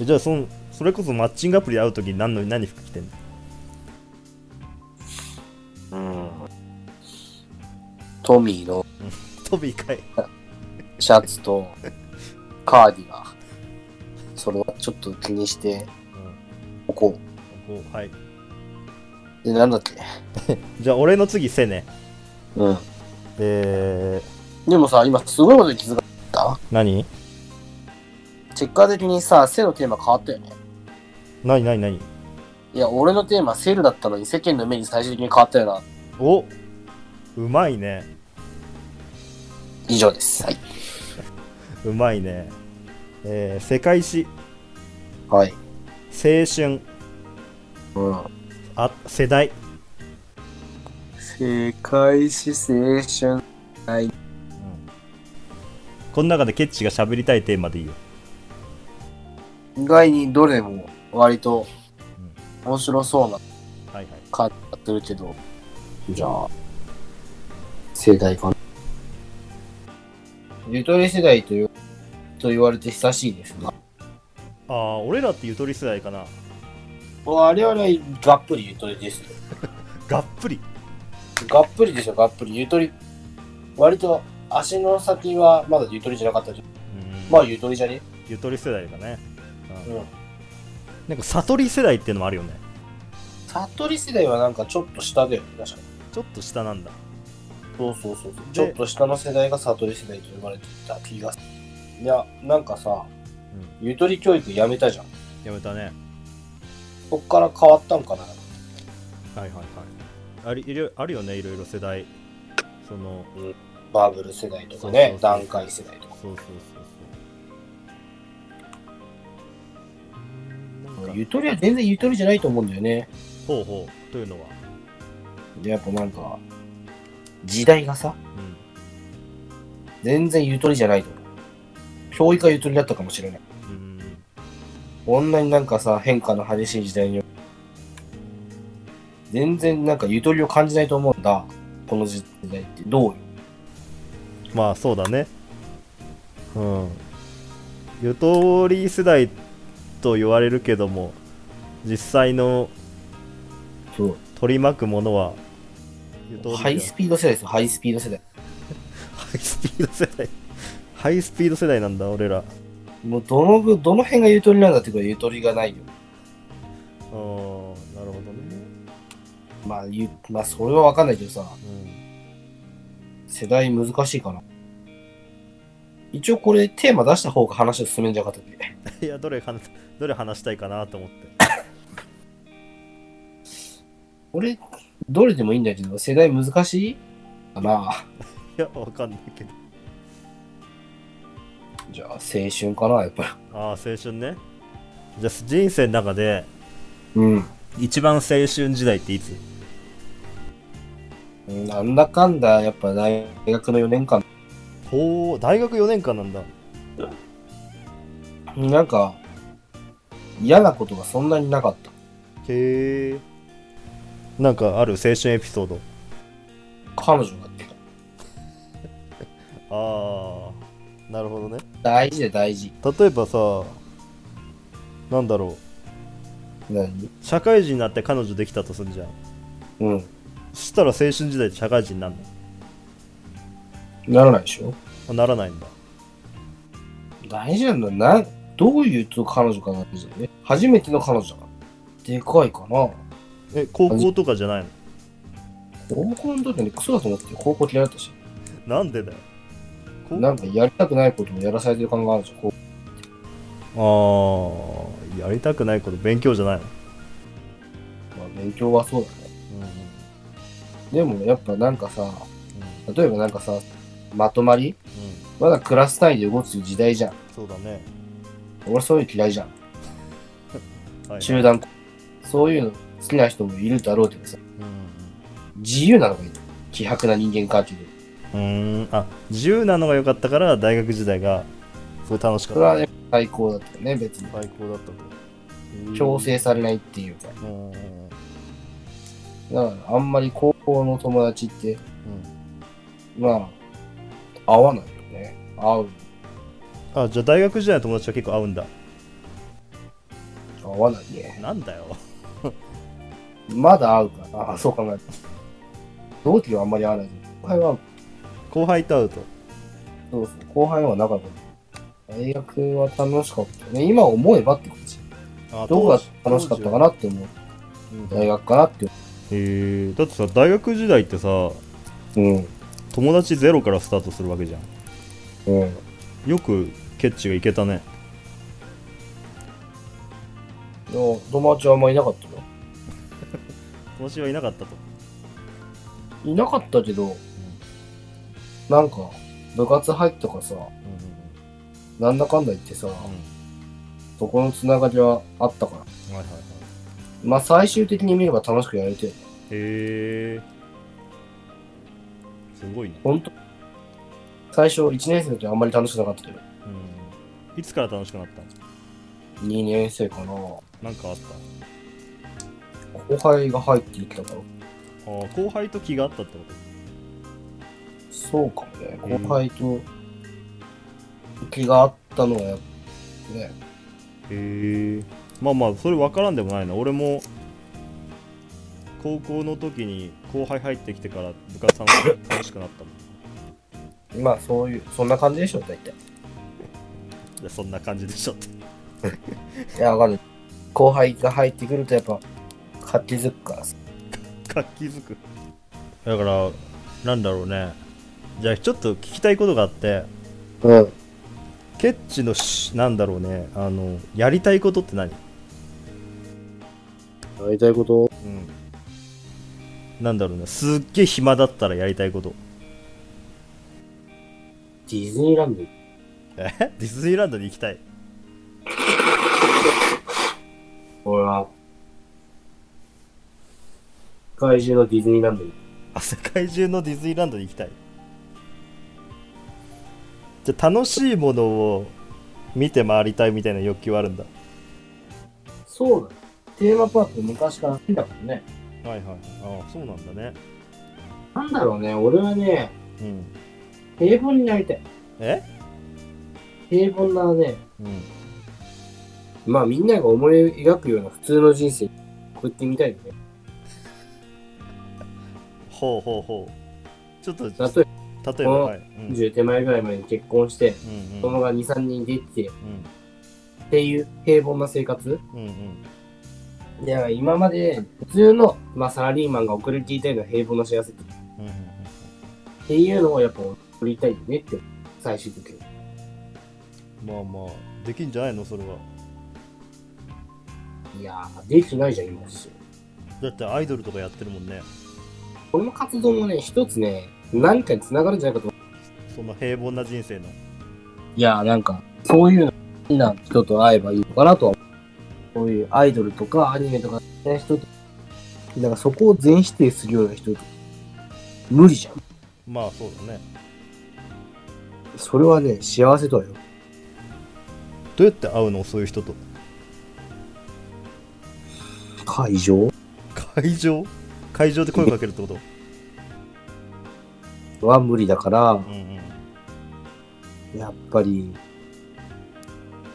B: えじゃあそのそれこそマッチングアプリで会う時に何の何服着てんの
A: うん。トミーの
B: トミーかい
A: シャツとカーディガン。それはちょっと気にして
B: う
A: おこ。
B: んこうはいう
A: で、なんだっけ
B: じゃあ俺の次せね
A: うん。
B: で
A: でもさ、今すごいことに気づかった
B: 何
A: 結果的にさ、背のテーマ変わったよね。
B: 何何何
A: いや、俺のテーマセールだったのに世間の目に最終的に変わったよな。
B: おうまいね
A: 以上です。はい。
B: うまいねえー世界史
A: はい。
B: 青春
A: うん。
B: あ世代
A: 世界史青春。
B: この中でケッチが喋りたいテーマでいいよ
A: 意外にどれも割と面白そうな
B: はいはい
A: 感じがするけど。じゃあ、世代かな。ゆとり世代という、と言われて久しいですが。
B: ああ俺らってゆとり世代かな
A: 我々はがっぷりゆとりですよ。
B: がっぷり
A: がっぷりですよ、がっぷり。ゆとり。割と足の先はまだゆとりじゃなかったけど、
B: うん
A: まあゆとりじゃね
B: ゆとり世代だね、うん
A: うん
B: なんか悟り世代っていうのもあるよね
A: 悟り世代はなんかちょっと下だよね、確かに。
B: ちょっと下なんだ
A: そうそうそうそう。ちょっと下の世代が悟り世代と呼ばれてた気がする。いや、なんかさ、
B: う
A: ゆとり教育やめたじゃん。
B: やめたね
A: そっから変わったんかな。
B: はいはいはいありいろあるよねいろいろ世代その
A: バブル世代とかね、
B: そうそうそう
A: 段階世代とか。
B: そうそうそうそうなんか
A: ゆとりは全然ゆとりじゃないと思うんだよね。
B: ほうほうというのは、
A: で、やっぱなんか、時代がさ、
B: うん、
A: 全然ゆとりじゃないと思う。教育がゆとりだったかもしれない。
B: うん
A: こんなになんかさ、変化の激しい時代に、全然なんかゆとりを感じないと思うんだ。この時代って。どうよ
B: まあそうだねうんゆとり世代と言われるけども実際の
A: うん
B: 取り巻くものは、
A: ハイスピード世代ですよ、ハイスピード世代。
B: ハイスピード世代。ハイスピード世代なんだ、俺ら。
A: もうどのぐ、どの辺がゆとりなんだっていうか、ゆとりがないよ。
B: ああ、なるほどね。
A: まあ、ゆまあ、それはわかんないけどさ、
B: うん。
A: 世代難しいかな。一応これテーマ出した方が話を進めんじゃなかったっけ
B: いや、どれ話、どれ話したいかなと思って。
A: 俺、どれでもいいんだけど、世代難しいかない
B: や、わかんないけど。
A: じゃあ、青春かなやっぱ
B: ああ、青春ね。じゃあ、人生の中で、
A: り。うん。
B: 一番青春時代っていつ
A: なんだかんだ、やっぱ大学の4年間、
B: ほう、大学4年間なんだ。
A: なんか、嫌なことがそんなになかった。
B: へえ。なんかある青春エピソード。
A: 彼女がってた。
B: ああ、なるほどね。
A: 大事で大事。
B: 例えばさ、なんだろ
A: 何
B: う、社会人になって彼女できたとするじゃん。
A: うん。
B: そしたら青春時代って社会人になんの
A: ならないでしょ
B: あならないんだ。
A: 大事なんだな。どういうと彼女かなんですよね。初めての彼女だから。でかいかな。
B: え、高校とかじゃないの
A: 高校の時にクソだと思って高校嫌いだったし。
B: なんでだよ。こ
A: なんかやりたくないこともやらされてる感があるじゃん。こ
B: ああ、やりたくないこと勉強じゃないの、
A: うまあ、勉強はそうだね。
B: うん
A: でもやっぱなんかさ、例えばなんかさ、まとまり
B: うんうん、
A: まだクラス単位で動く時代じゃん。
B: そうだね。
A: 俺そういうの嫌いじゃん。
B: はいはい
A: 集団、そういうの好きな人もいるだろうけどさ、
B: う
A: 自由なのがいい。希薄な人間かっていう。
B: んうん、うーんあ自由なのが良かったから大学時代がすごい楽しか
A: そ
B: った
A: れはね、最高だったよね、別に。
B: 最高だったと
A: 強制されないっていうか。
B: うんうん
A: だからあんまり高校の友達って、まあ、合わないよね。合う。
B: あじゃあ大学時代の友達は結構合うんだ
A: 合わないね。
B: なんだよ
A: まだ合うかな。あ、 そう考えた。同期はあんまり合わないけど。後輩は、
B: 後輩と会うと
A: そうそう。後輩は仲良かった。大学は楽しかったよね。今思えばって感じ。
B: あ
A: どこが楽しかったか
B: な
A: なって思う。大学かなって
B: えー、だってさ大学時代ってさ
A: 思う。
B: 友達ゼロからスタートするわけじゃん
A: うん。うん。
B: よくケッチがいけたね
A: でも友達はあんまいなかったよ。
B: 友達はいなかったと
A: いなかったけど、なんか、部活入ったからさ、
B: うん
A: なんだかんだ言ってさ、
B: う
A: そこのつながりはあったから。
B: んはいはいはい
A: まあ最終的に見れば楽しくやれてる、
B: へえすごいね
A: ほんと、最初1年生の時はあんまり楽しくなかったけど、
B: うんいつから楽しくなったの
A: 2年生かな。後
B: なんかあった
A: 輩が入ってきたから、
B: あー後輩と気があったってこと
A: そうかもね。
B: うん
A: 後輩と気があったのはやっぱね、
B: へえまあまあそれ分からんでもないな俺も高校の時に後輩入ってきてから部活さんが楽しくなったもん
A: まあそういう、そんな感じでしょ、大体。
B: いやそんな感じでしょって
A: いや、わかる。後輩が入ってくるとやっぱ、活気づくからさ。
B: 活気づくだからなんだろうねじゃあちょっと聞きたいことがあって
A: うん。
B: ケッチのしなんだろうねあのやりたいことって何
A: やりたいこと
B: うんなんだろうねすっげえ暇だったらやりたいこと
A: ディズニーランド
B: え ディズニーランドに行きたい
A: 俺は、世界中のディズニーランドに。
B: あ世界中のディズニーランドに行きたいじゃあ楽しいものを見て回りたいみたいな欲求はあるんだ
A: そうだ。テーマパーク昔から好きだからね。
B: はいはいああそうなんだね
A: なんだろうね、俺はね、
B: うん
A: 平凡になりたい。
B: え
A: 平凡なね、
B: うん
A: まあみんなが思い描くような普通の人生、送ってみたいよね。
B: ほうほうほう。ちょっと、例
A: 例え
B: えば、はい。うん
A: ば10手前ぐらいまでに結婚して、
B: うん
A: 子供が2、3人出てっ
B: うん
A: ていう平凡な生活
B: うんうん
A: いや、今まで普通の、まあ、サラリーマンが送りていたような平凡な幸せっ
B: うんうん
A: ていうのをやっぱ送りたいよねって、最終的に。
B: うんまあまあ、できんじゃないのそれは。
A: いやー、できてないじゃん、今し。
B: だってアイドルとかやってるもんね。
A: この活動もね、一つね、何かに繋がるんじゃないかと。
B: その平凡な人生の。
A: いやー、なんか、そういうの、好きな人と会えばいいのかなとは思う。こういうアイドルとかアニメとか好きな人と、なんかそこを全否定するような人と、無理じゃん。
B: まあそうだね。
A: それはね、幸せとはよ。
B: どうやって会うのそういう人と。
A: 会場
B: 会場会場で声かけるってこと
A: は無理だから、
B: うんうん。
A: やっぱり、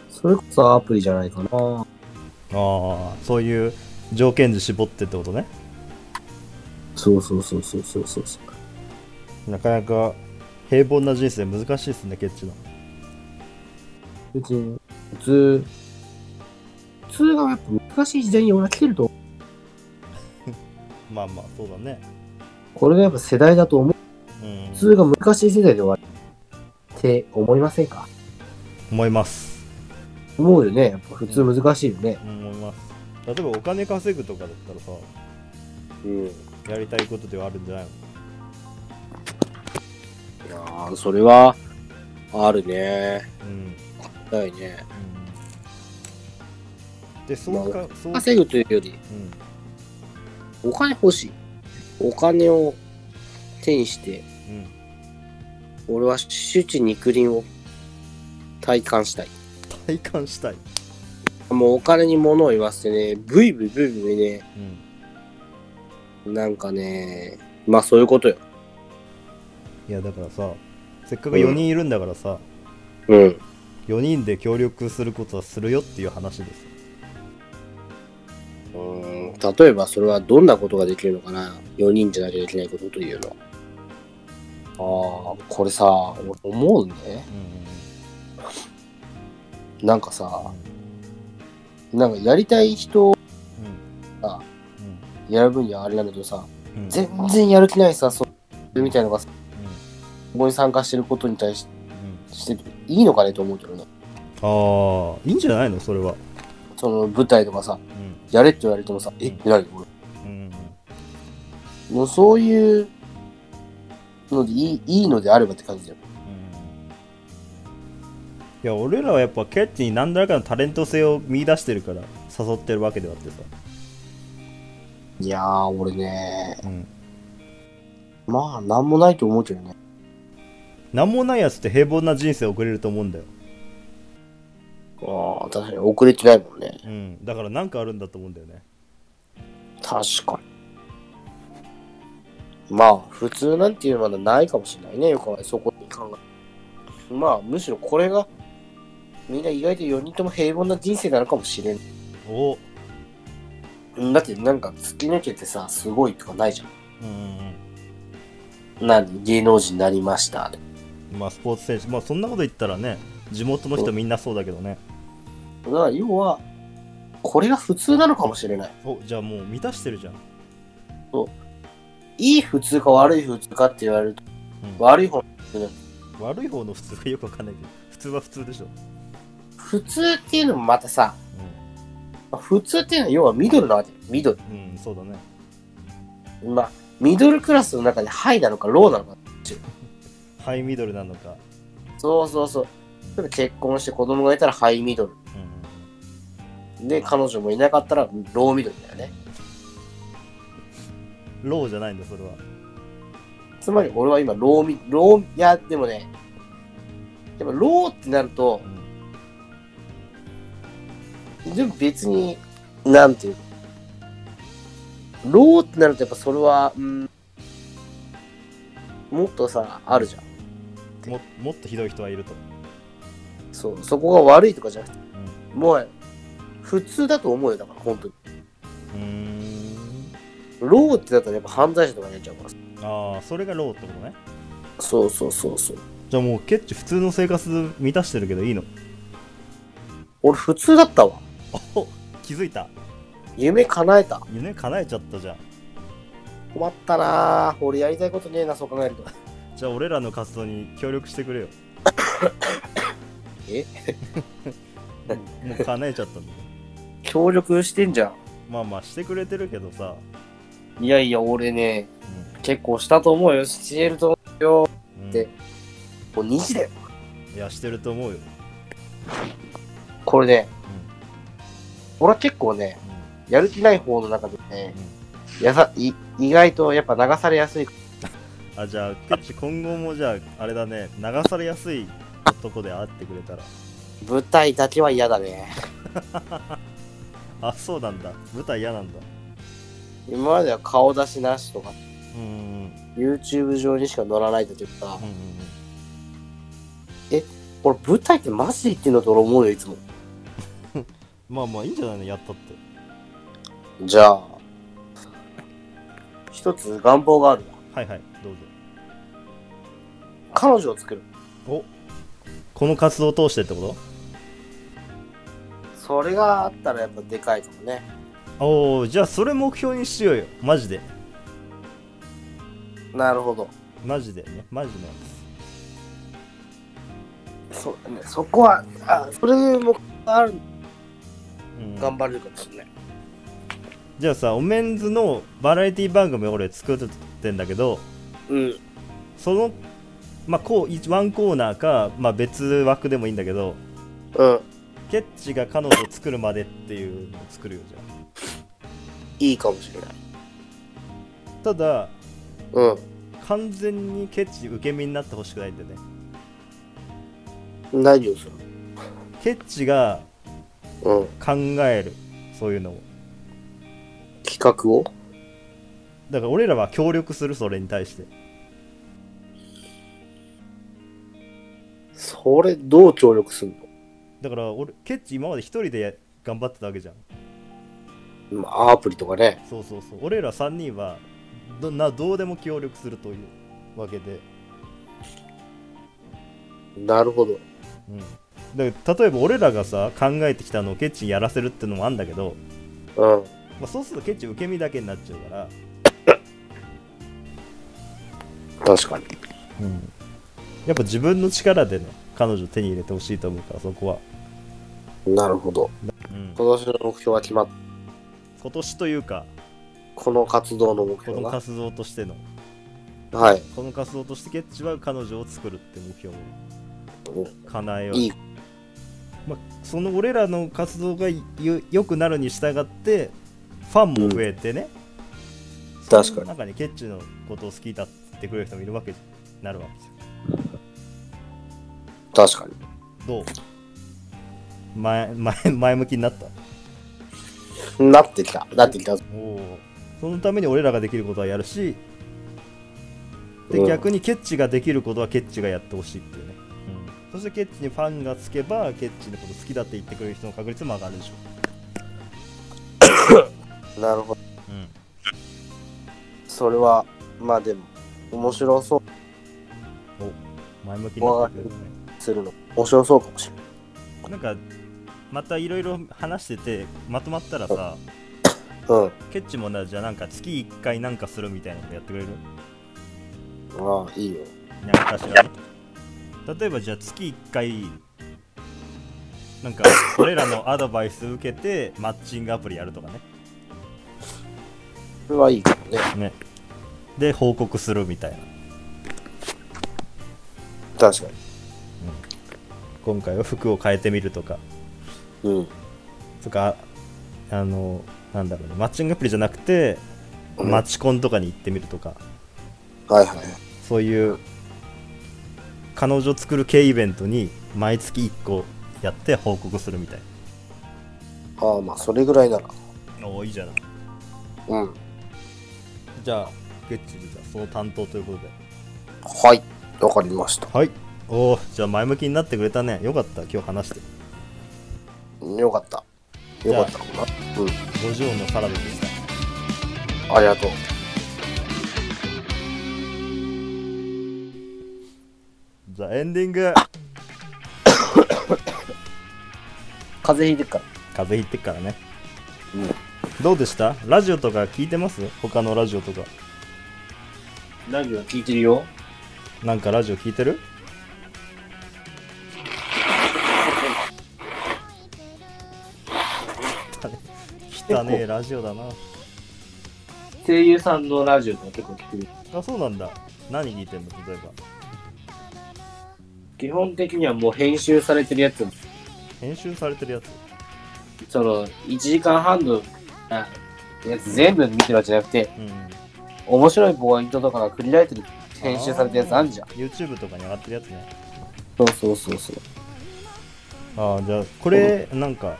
A: それこそアプリじゃないかな。
B: ああ、そういう条件で絞ってってことね。
A: そうそうそうそうそうそうそう。
B: なかなか平凡な人生難しいですね、ケッチの。
A: 別に、普通、普通がやっぱ難しい時代に俺は来てると思
B: まあまあ、そうだね。
A: う。これがやっぱ世代だと思う。
B: うん
A: 普。通が難しい世代で終わる。って思いませんか
B: 思います。
A: 思うよね。やっぱ普通難しいよね。
B: うん思います。例えばお金稼ぐとかだったらさ、
A: うん。い
B: やりたいことではあるんじゃないの
A: やー、それは、あるね。
B: うん。
A: だいね。
B: うん、で、そうか、そうか、
A: 稼ぐというより、
B: うん。
A: お金欲しい。お金を手にして、
B: うん。
A: 俺は手地肉林を体感したい。
B: 体感したい。
A: もうお金に物を言わせてね、ブイブイブイブイね、
B: うん。
A: なんかね、まあそういうことよ。
B: いや、だからさ、せっかく4人いるんだからさ、
A: うん。
B: 4人で協力することはするよっていう話ですよ。
A: うん例えばそれはどんなことができるのかな ?4 人じゃなきゃできないことというの。ああ、これさ、俺思うね。
B: うん
A: なんかさ、なんかやりたい人
B: うん
A: あ
B: うん。
A: やる分にはあれなんだけどさ、
B: うん。うん。
A: 全然やる気ないさ、そうみたいなのがさ、そこに参加してることに対し
B: うん。うん。
A: していいのかねと思うけどね。
B: ああ、いいんじゃないのそれは。
A: その舞台とかさ、
B: うん。
A: やれって言われてもさ、え、何俺
B: うん。
A: もうそういうのでいいいいのであればって感じだよ。
B: いや、俺らはやっぱケッチに何らかのタレント性を見出してるから、誘ってるわけではあってさ。
A: いやー、俺ね、
B: うん。
A: まあ、なんもないと思うけどね。
B: なんもないやつって平凡な人生を送れると思うんだよ。
A: ああ、確かに遅れてないもんね。
B: うん。だからなんかあるんだと思うんだよね。
A: 確かに。まあ、普通なんていうのはまだないかもしれないね、よくそこに考えまあ、むしろこれが、みんな意外と4人とも平凡な人生なのかもしれん。
B: お
A: うんだってなんか突き抜けてさ、すごいとかないじゃ
B: うん。
A: ん。何芸能人になりました。
B: まあ、スポーツ選手。まあ、そんなこと言ったらね、地元の人みんなそうだけどね。
A: だから要は、これが普通なのかもしれない。
B: お、じゃあもう満たしてるじゃん。
A: いい普通か悪い普通かって言われると、
B: うん
A: 悪い方の普通だ
B: 悪い方の普通がよくわかんないけど、普通は普通でしょ。
A: 普通っていうのもまたさ、普通っていうのは要はミドルなわけ。ミド
B: うん、うん、そうだね。
A: ル。まあ、ミドルクラスの中でハイなのかローなのか。
B: ハイミドルなのか。
A: そうそうそう。例えば結婚して子供がいたらハイミドル。
B: う
A: で、彼女もいなかったらローミドルだよね。
B: ん、ローじゃないんだ、それは。
A: つまり俺は今ローミ、ロー、いや、でもね、やっぱローってなると
B: う、ん、
A: でも別に、なんていうかローってなるとやっぱそれは、うん、もっとさ、あるじゃん。
B: ももっとひどい人はいると。
A: そう、そこが悪いとかじゃなくて、
B: う
A: もう、普通だと思うよ、だから、本当に。
B: ん。うーん
A: ローってだったらやっぱ犯罪者とかになっちゃうからさ。
B: ああそれがローってことね
A: そうそうそうそう。
B: じゃあもうケッチ普通の生活満たしてるけどいいの
A: 俺普通だったわ。
B: お気づいた
A: 夢叶えた。
B: 夢叶えちゃったじゃん
A: 困ったなぁ。俺やりたいことねえな、そう考えると。
B: じゃあ俺らの活動に協力してくれよ
A: え
B: もう叶えちゃったんだ
A: 協力してんじゃ
B: まあまあしてくれてるけどさ、
A: ん。いやいや、俺ね、結構したと思うよ。してると思うよ。
B: うんうん
A: でもう2時だよ。
B: いやしてると思うよ、
A: これね、俺は結構ね、
B: うん
A: やる気ない方の中でね
B: う、
A: やさい意外とやっぱ流されやすい。
B: あじゃあケッチ今後もじゃああれだね流されやすい男で会ってくれたら
A: 舞台だけは嫌だね。
B: あそうなんだ舞台嫌なんだ
A: 今までは顔出しなしとか、
B: うんうんうん
A: YouTube 上にしか乗らないだとか
B: う、んうん
A: これ舞台ってマジで言ってんのと俺思うよ、いつも。
B: まあまあいいんじゃないのやったって
A: じゃあ、一つ願望がある
B: は
A: わ。
B: いはいどうぞ
A: 彼女を作る。
B: おこの活動を通してってこ
A: それがあったらやっぱでかいかもね。
B: とおおじゃあそれ目標にしようよマジで
A: なるほど。
B: マジでねマジのや
A: そ,、ね、そこは、あそれもある
B: つ、うん、
A: 頑張れるかもしれない。
B: じゃあさおメンズのバラエティ番組俺作ってんだけど
A: うん。
B: そのまあこう一ワンコーナーか、まあ、別枠でもいいんだけど
A: うん。
B: ケッチが彼女を作るまでっていうのを作るよじゃ
A: いいかもしれない。
B: あただ
A: うん。
B: 完全にケッチ受け身になってほしくないんだよね
A: 何をする
B: ケッチが
A: うん。
B: 考えるそういうのを
A: 企画を
B: だから俺らは協力するそれに対して
A: それ、どう協力する
B: だから俺ケッチ今まで一人でや頑張ってたわけじゃん
A: のまあ、アプリとかね。
B: そうそうそう俺ら3人はどなどうでも協力するというわけで、
A: なるほど。
B: うん、だから例えば俺らがさ考えてきたのをケッチにやらせるってのもあんだけど、
A: うん。
B: まあ、そうするとケッチ受け身だけになっちゃうから、
A: 確かに。
B: やっぱ自分の力でね彼女を手に入れてほしいと思うからそこは、
A: なるほど。
B: うん、
A: 今年の目標は決まっ
B: 今年というか
A: この活動の目
B: こ
A: 標
B: の
A: が。
B: 活動としての
A: はい。
B: この活動としてケッチは彼女を作るって目標を叶えよう
A: いい。
B: まあ、その俺らの活動がよ良くなるに従ってファンも増えてね、
A: 確かに
B: その中にケッチのことを好きだって言ってくれる人もいるわけになるわけじゃ
A: 確かに。
B: んどう前前前向きになった
A: なってきた。なってきた。
B: おおそのために俺らができることはやるしで、
A: うん
B: 逆にケッチができることはケッチがやってほしいっていうね、うん、そしてケッチにファンがつけばケッチのこと好きだって言ってくれる人の確率も上がるでしょ
A: なるほど。
B: う、ん、
A: それは、まあでも、面白そう
B: 前向きになってくれるね
A: するの。面白そうかもしれない。
B: なんかまたいろいろ話しててまとまったらさ
A: うん。
B: ケッチもなじゃあなんか月1回なんかするみたいなのやってくれる
A: ああ、いいよ。
B: なんかしらね例えばじゃあ月1回なん か俺らのアドバイス受けてマッチングアプリやるとかね
A: それはいいかもね。
B: ねで報告するみたいな
A: 確か
B: 今回は服を変えてみるとか
A: に。うん。
B: とかあのなんだろうねマッチングアプリじゃなくてマチコンとかに行ってみるとか
A: はいはい。
B: そういう彼女作る系イベントに毎月1個やって報告するみたい
A: ああ、まあ、それぐらいなら。
B: おおいいじゃない
A: うん。
B: じゃあゲッチでじゃあその担当ということで
A: はい。わかりました。
B: はいおおじゃあ前向きになってくれたねよかった今日話して
A: よかった。よかったかな。
B: 50音のサラダでした
A: うん。ありがとう。
B: さあエンディング
A: 風邪ひいてるから。
B: 風邪ひいてっからねどうでしたラジオとか聞いてます他のラジオとか
A: ラジオ聞いてるよ。
B: なんかラジオ聞いてる汚ねえラジオだな
A: 声優さんのラジオとか結構聞くよ。
B: あそうなんだ何聞いてんの例えば
A: 基本的にはもう編集されてるやつ、
B: 編集されてるやつ
A: その、1時間半のあやつ全部見てるわけじゃなくて、
B: うんうん
A: 面白いポイントとかが繰りられてる編集されたやつあんじゃん。
B: YouTube とかに上がってるやつね
A: そうそうそうそう。
B: ああじゃあこれなんか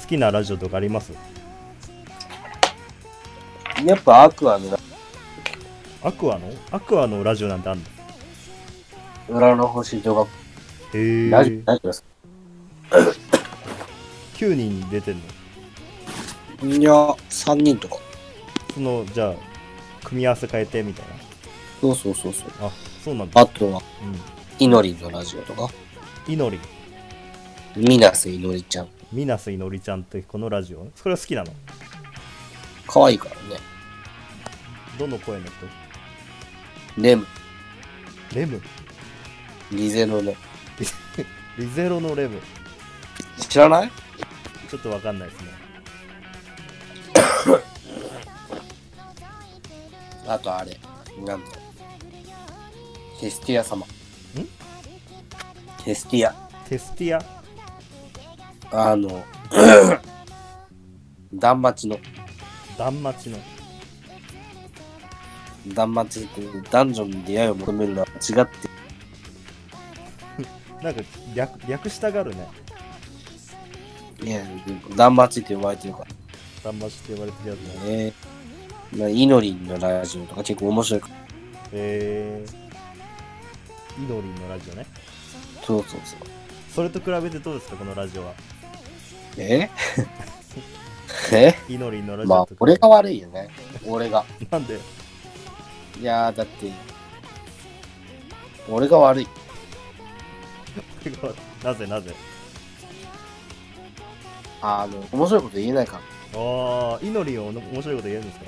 B: 好きなラジオとかあります
A: やっぱアクアの
B: アクアのアクアのラジオなんてあんの
A: 裏の星女学
B: へ
A: ラジ
B: え
A: オ、ラジオです
B: 9人出てんの
A: いや、3人とか。
B: そのじゃあ組み合わせ変えてみたい
A: そうそうそうそう。
B: なあそうなんだ
A: あとは、
B: う
A: いのりのラジオとか、
B: ん祈り
A: みなせいのりちゃん。
B: ミナスイノリちゃんってこのラジオそれは好きなの
A: 可愛いからね。
B: どの声の
A: レム、
B: 人レム
A: リゼロの。
B: リゼロのレム
A: 知らない
B: ちょっとわかんないですね
A: あとあれ、なんだろうヘスティア様。んヘスティア。
B: テスティア
A: あの、 断末の、
B: 断末の
A: 断末っていうダンジョンに出会いを求めるのは違って、
B: なんか略略したがるね
A: いや、断末って呼ばれてるから。
B: 断末って呼ばれてるやつね
A: ね。まあ、イノリンのラジオとか結構面白いか
B: えー、イノリンのラジオね
A: ら。そうそうそう。
B: それと比べてどうですかこのラジオは
A: え え
B: イノリンのラジ
A: ま
B: オ
A: あ
B: と、比べ
A: 俺
B: て
A: が悪いよね。俺が。
B: なんで
A: いやー、だって、俺が悪い。
B: 俺がなぜなぜ
A: あの、面白いこと言えないから。
B: ああイノリンを面白いこと言えるんですか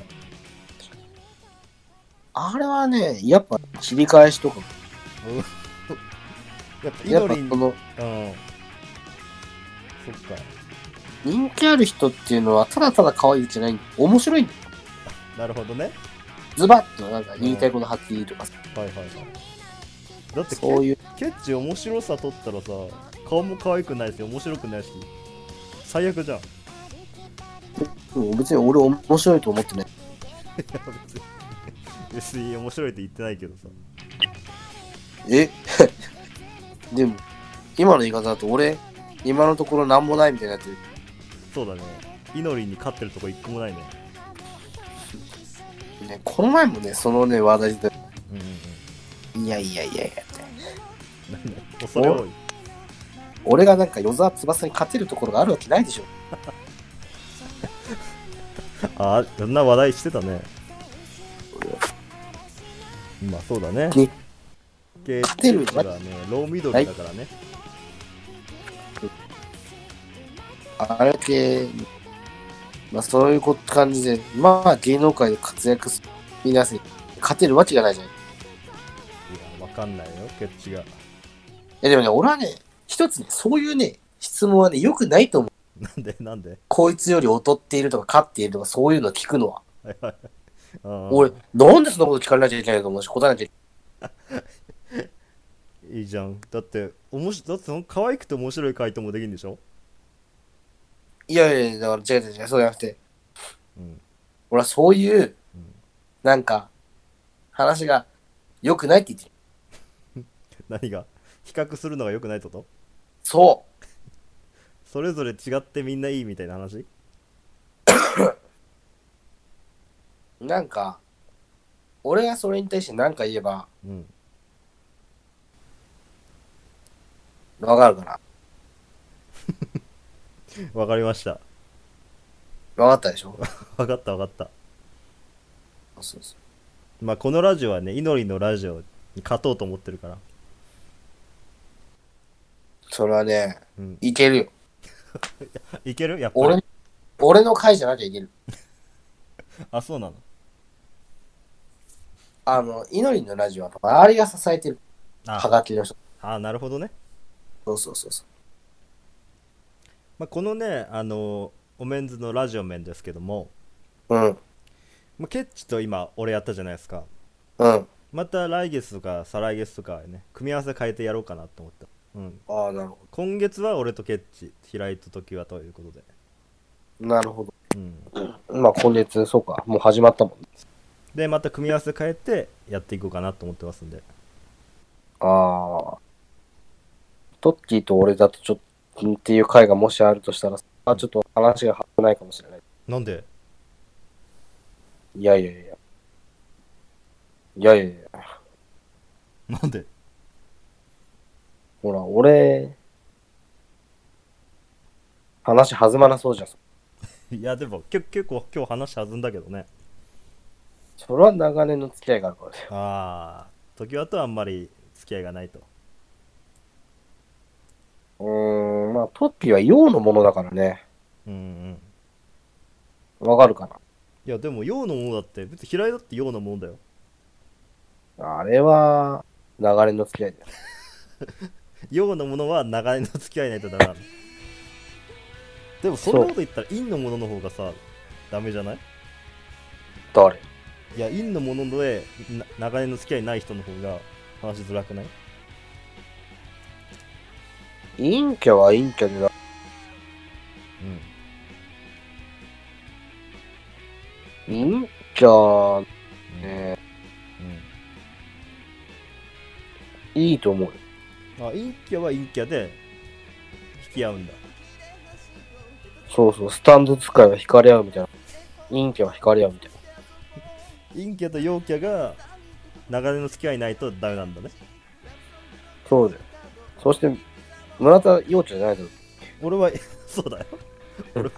A: あれはね、やっぱ、切り返しとか、
B: やっぱイ
A: やっ
B: ノ
A: ぱ
B: リン
A: この、
B: うん。そっか。
A: 人気ある人っていうのは、ただただ可愛いじゃないんだよ面白いんだよ
B: なるほどね。
A: ズバッとなんか言いたいことはっきりとかさ、
B: はいはいはい。だって
A: そう
B: ケ
A: いう、
B: ケッチ面白さ取ったらさ、顔も可愛くないし、面白くないし、最悪じゃん。い
A: うん別に俺面白いと思ってない。
B: や別に別に面白いって言ってないけどさ。
A: え でも、今の言い方だと俺、今のところ何もないみたいになってる。
B: そうだね。イノリンに勝ってるとこ一個もないね。
A: ね、この前もね、そのね、話題で、
B: うんうんうん。
A: いやいやいやいや、
B: 恐れ多い。
A: 俺がなんか与沢翼に勝てるところがあるわけないでしょ。
B: ああ、そんな話題してたね。まあそうだね。
A: に
B: ケ
A: 勝てる
B: ッチはね、ローミドルだからね。
A: あれだけ、まあそういうこと感じで、まあ芸能界で活躍する皆さんに勝てるわけがないじゃん。い
B: いや、わかんないよ、ケッチが。
A: やでもね、俺はね、一つね、そういうね、質問はね、良くないと思う。
B: なんでなんで
A: こいつより劣っているとか勝っているとかそういうの聞くのは。
B: あー
A: 俺、なんでそんなこと聞かれなきゃいけないと思うし、答えなきゃいけ
B: いいじゃんだっておもしだってその可愛くて面白い回答もできるんでしょ、
A: ない。いやいやいや、だから違う違う違う、そうじゃなくて、
B: うん、
A: 俺はそういう
B: うん、
A: なんか、話が良くないって言ってる。
B: 何が比較するのが良くないってこと
A: そう。
B: それぞれ違ってみんないいみたいな話
A: なんか、俺がそれに対して何か言えば、
B: うん
A: わかるかな
B: わかりました
A: わかったでしょ
B: わかったわかった
A: そうそう
B: まあこのラジオはね祈りのラジオに勝とうと思ってるから
A: それはね、
B: うん、
A: いけるよ。
B: いけるやっぱ
A: 俺
B: り。、
A: 俺の回じゃなきゃいける。
B: あ、そうなの。
A: あの、いのりのラジオは周りが支えてる。は
B: あ
A: がきの人。
B: あ、なるほどね。
A: そうそうそうそう。
B: まあ、このね、あの、おメンズのラジオ面ですけども、
A: うん、
B: まあ、ケッチと今、俺やったじゃないですか。
A: うん。
B: また来月とか再来月とかね、組み合わせ変えてやろうかなと思った。うん。
A: ああ、なるほ
B: 今月は俺とケッチ、平井と時はということで。
A: ど。なるほど。
B: うん。
A: まあ、今月、そうか。もう始まったもんね。
B: で、また組み合わせ変えてやっていこうかなと思ってますんで。
A: ああ。トッキーと俺だとちょっと、っていう回がもしあるとしたら、あちょっと話がはないかもしれない。
B: なんで
A: いやいやいや。いやいやいや。
B: なんで
A: ほら、俺、話弾まなそうじゃん。
B: いや、でも結結構今日話弾んだけどね。
A: それは長年の付き合いがあるからだよ。
B: ああ、時はとはあんまり付き合いがないと。
A: うーん、まあ、トッピーは陽のものだからね。
B: うんうん。
A: わかるか
B: いや、でも、用のものだって、別に平井だって用のものだよ。
A: な。あれは、長年の付き合いだよ。
B: 用のものは長年の付き合いないとダメなの。でも、そんなこと言ったら、陰のものの方がさ、ダメじゃない
A: 誰
B: いや、陰のもので、な長年の付き合いない人の方が話しづらくない
A: 陰キャは陰キャでな。
B: うん。
A: 陰キャ、ね、いいと思うよ。
B: うん。あ、陰キャは陰キャで、引き合うんだ。
A: そうそう、スタンド使いは惹かれ合うみたいな。陰キャは惹かれ合うみたいな。
B: 陰キャと陽キャが、長年の付き合いないとダメなんだね。
A: そうだよ。そして、村田陽ちゃんじゃないだろ。
B: 俺は、 そうだよ。俺は、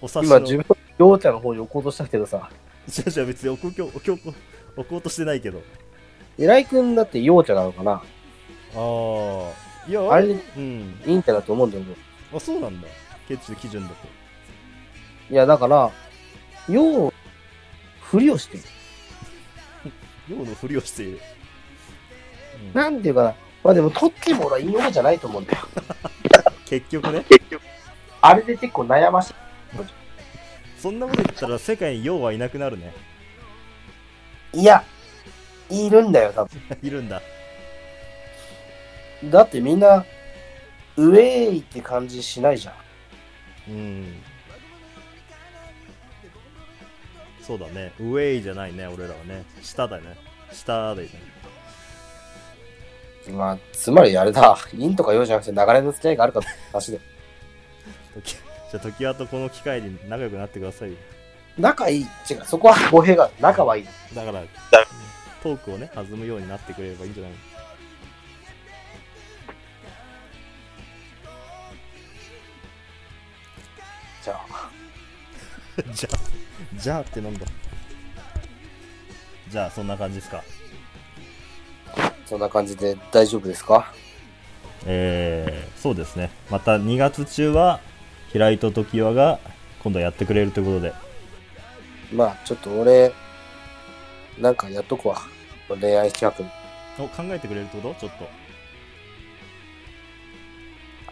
B: お察しの
A: 今、自分、陽ちゃんの方に置こうとしたけどさ、
B: じゃじゃ別に置こう置こう置こうとしてないけど。
A: 偉い君だって陽ちゃんなのかな
B: ああ。いや、
A: あれ
B: うん。
A: 陰キャだと思うんだけど。
B: あ、そうなんだ。ケチの基準だと。
A: いや、だから、陽、ふりをしてる。
B: 用のふりをしている。うん、
A: なんていうかな。まあでも、トッキーも俺は陰陽じゃないと思うんだよ。
B: 結局ね、
A: あれで結構悩ましい。
B: そんなこと言ったら世界に用はいなくなるね。
A: いや、いるんだよ、多分。
B: いるんだ。
A: だってみんな、ウェイって感じしないじゃん。
B: うん。そうだね。ウェイじゃないね、俺らはね。下だね。下でね。
A: まあ、つまりあれだ、陰とか陽じゃなくて流れの付き合いがあるかって話で。
B: 時 じゃあ、時はとこの機会に仲良くなってくださいよ。
A: 仲いい、違う、そこは語弊がある、仲はいい。
B: だから、トークをね、弾むようになってくれればいいんじゃない
A: じゃあ、
B: じゃあ、じゃあってなんだ。じゃあ、そんな感じですか。
A: そんな感じで大丈夫ですか
B: えー、そうですね。また2月中は、平井と常盤が今度やってくれるということで。
A: まあ、ちょっと俺、なんかやっとくわ。恋愛企画に。
B: お、考えてくれるってことちょっと。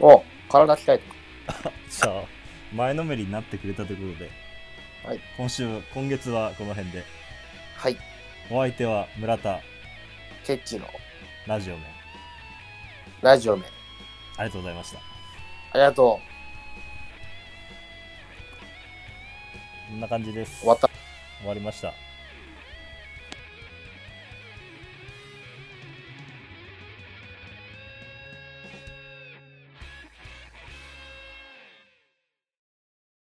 A: お体鍛えて。
B: じゃあ、前のめりになってくれたということで。
A: はい
B: 今週、今月はこの辺で。
A: はい、
B: お相手は村田
A: ケッチの
B: ラジオメン。
A: ラジオ名。
B: ありがとうございました。
A: ありがと
B: こんな感じです。
A: う。終わった。
B: 終わりました。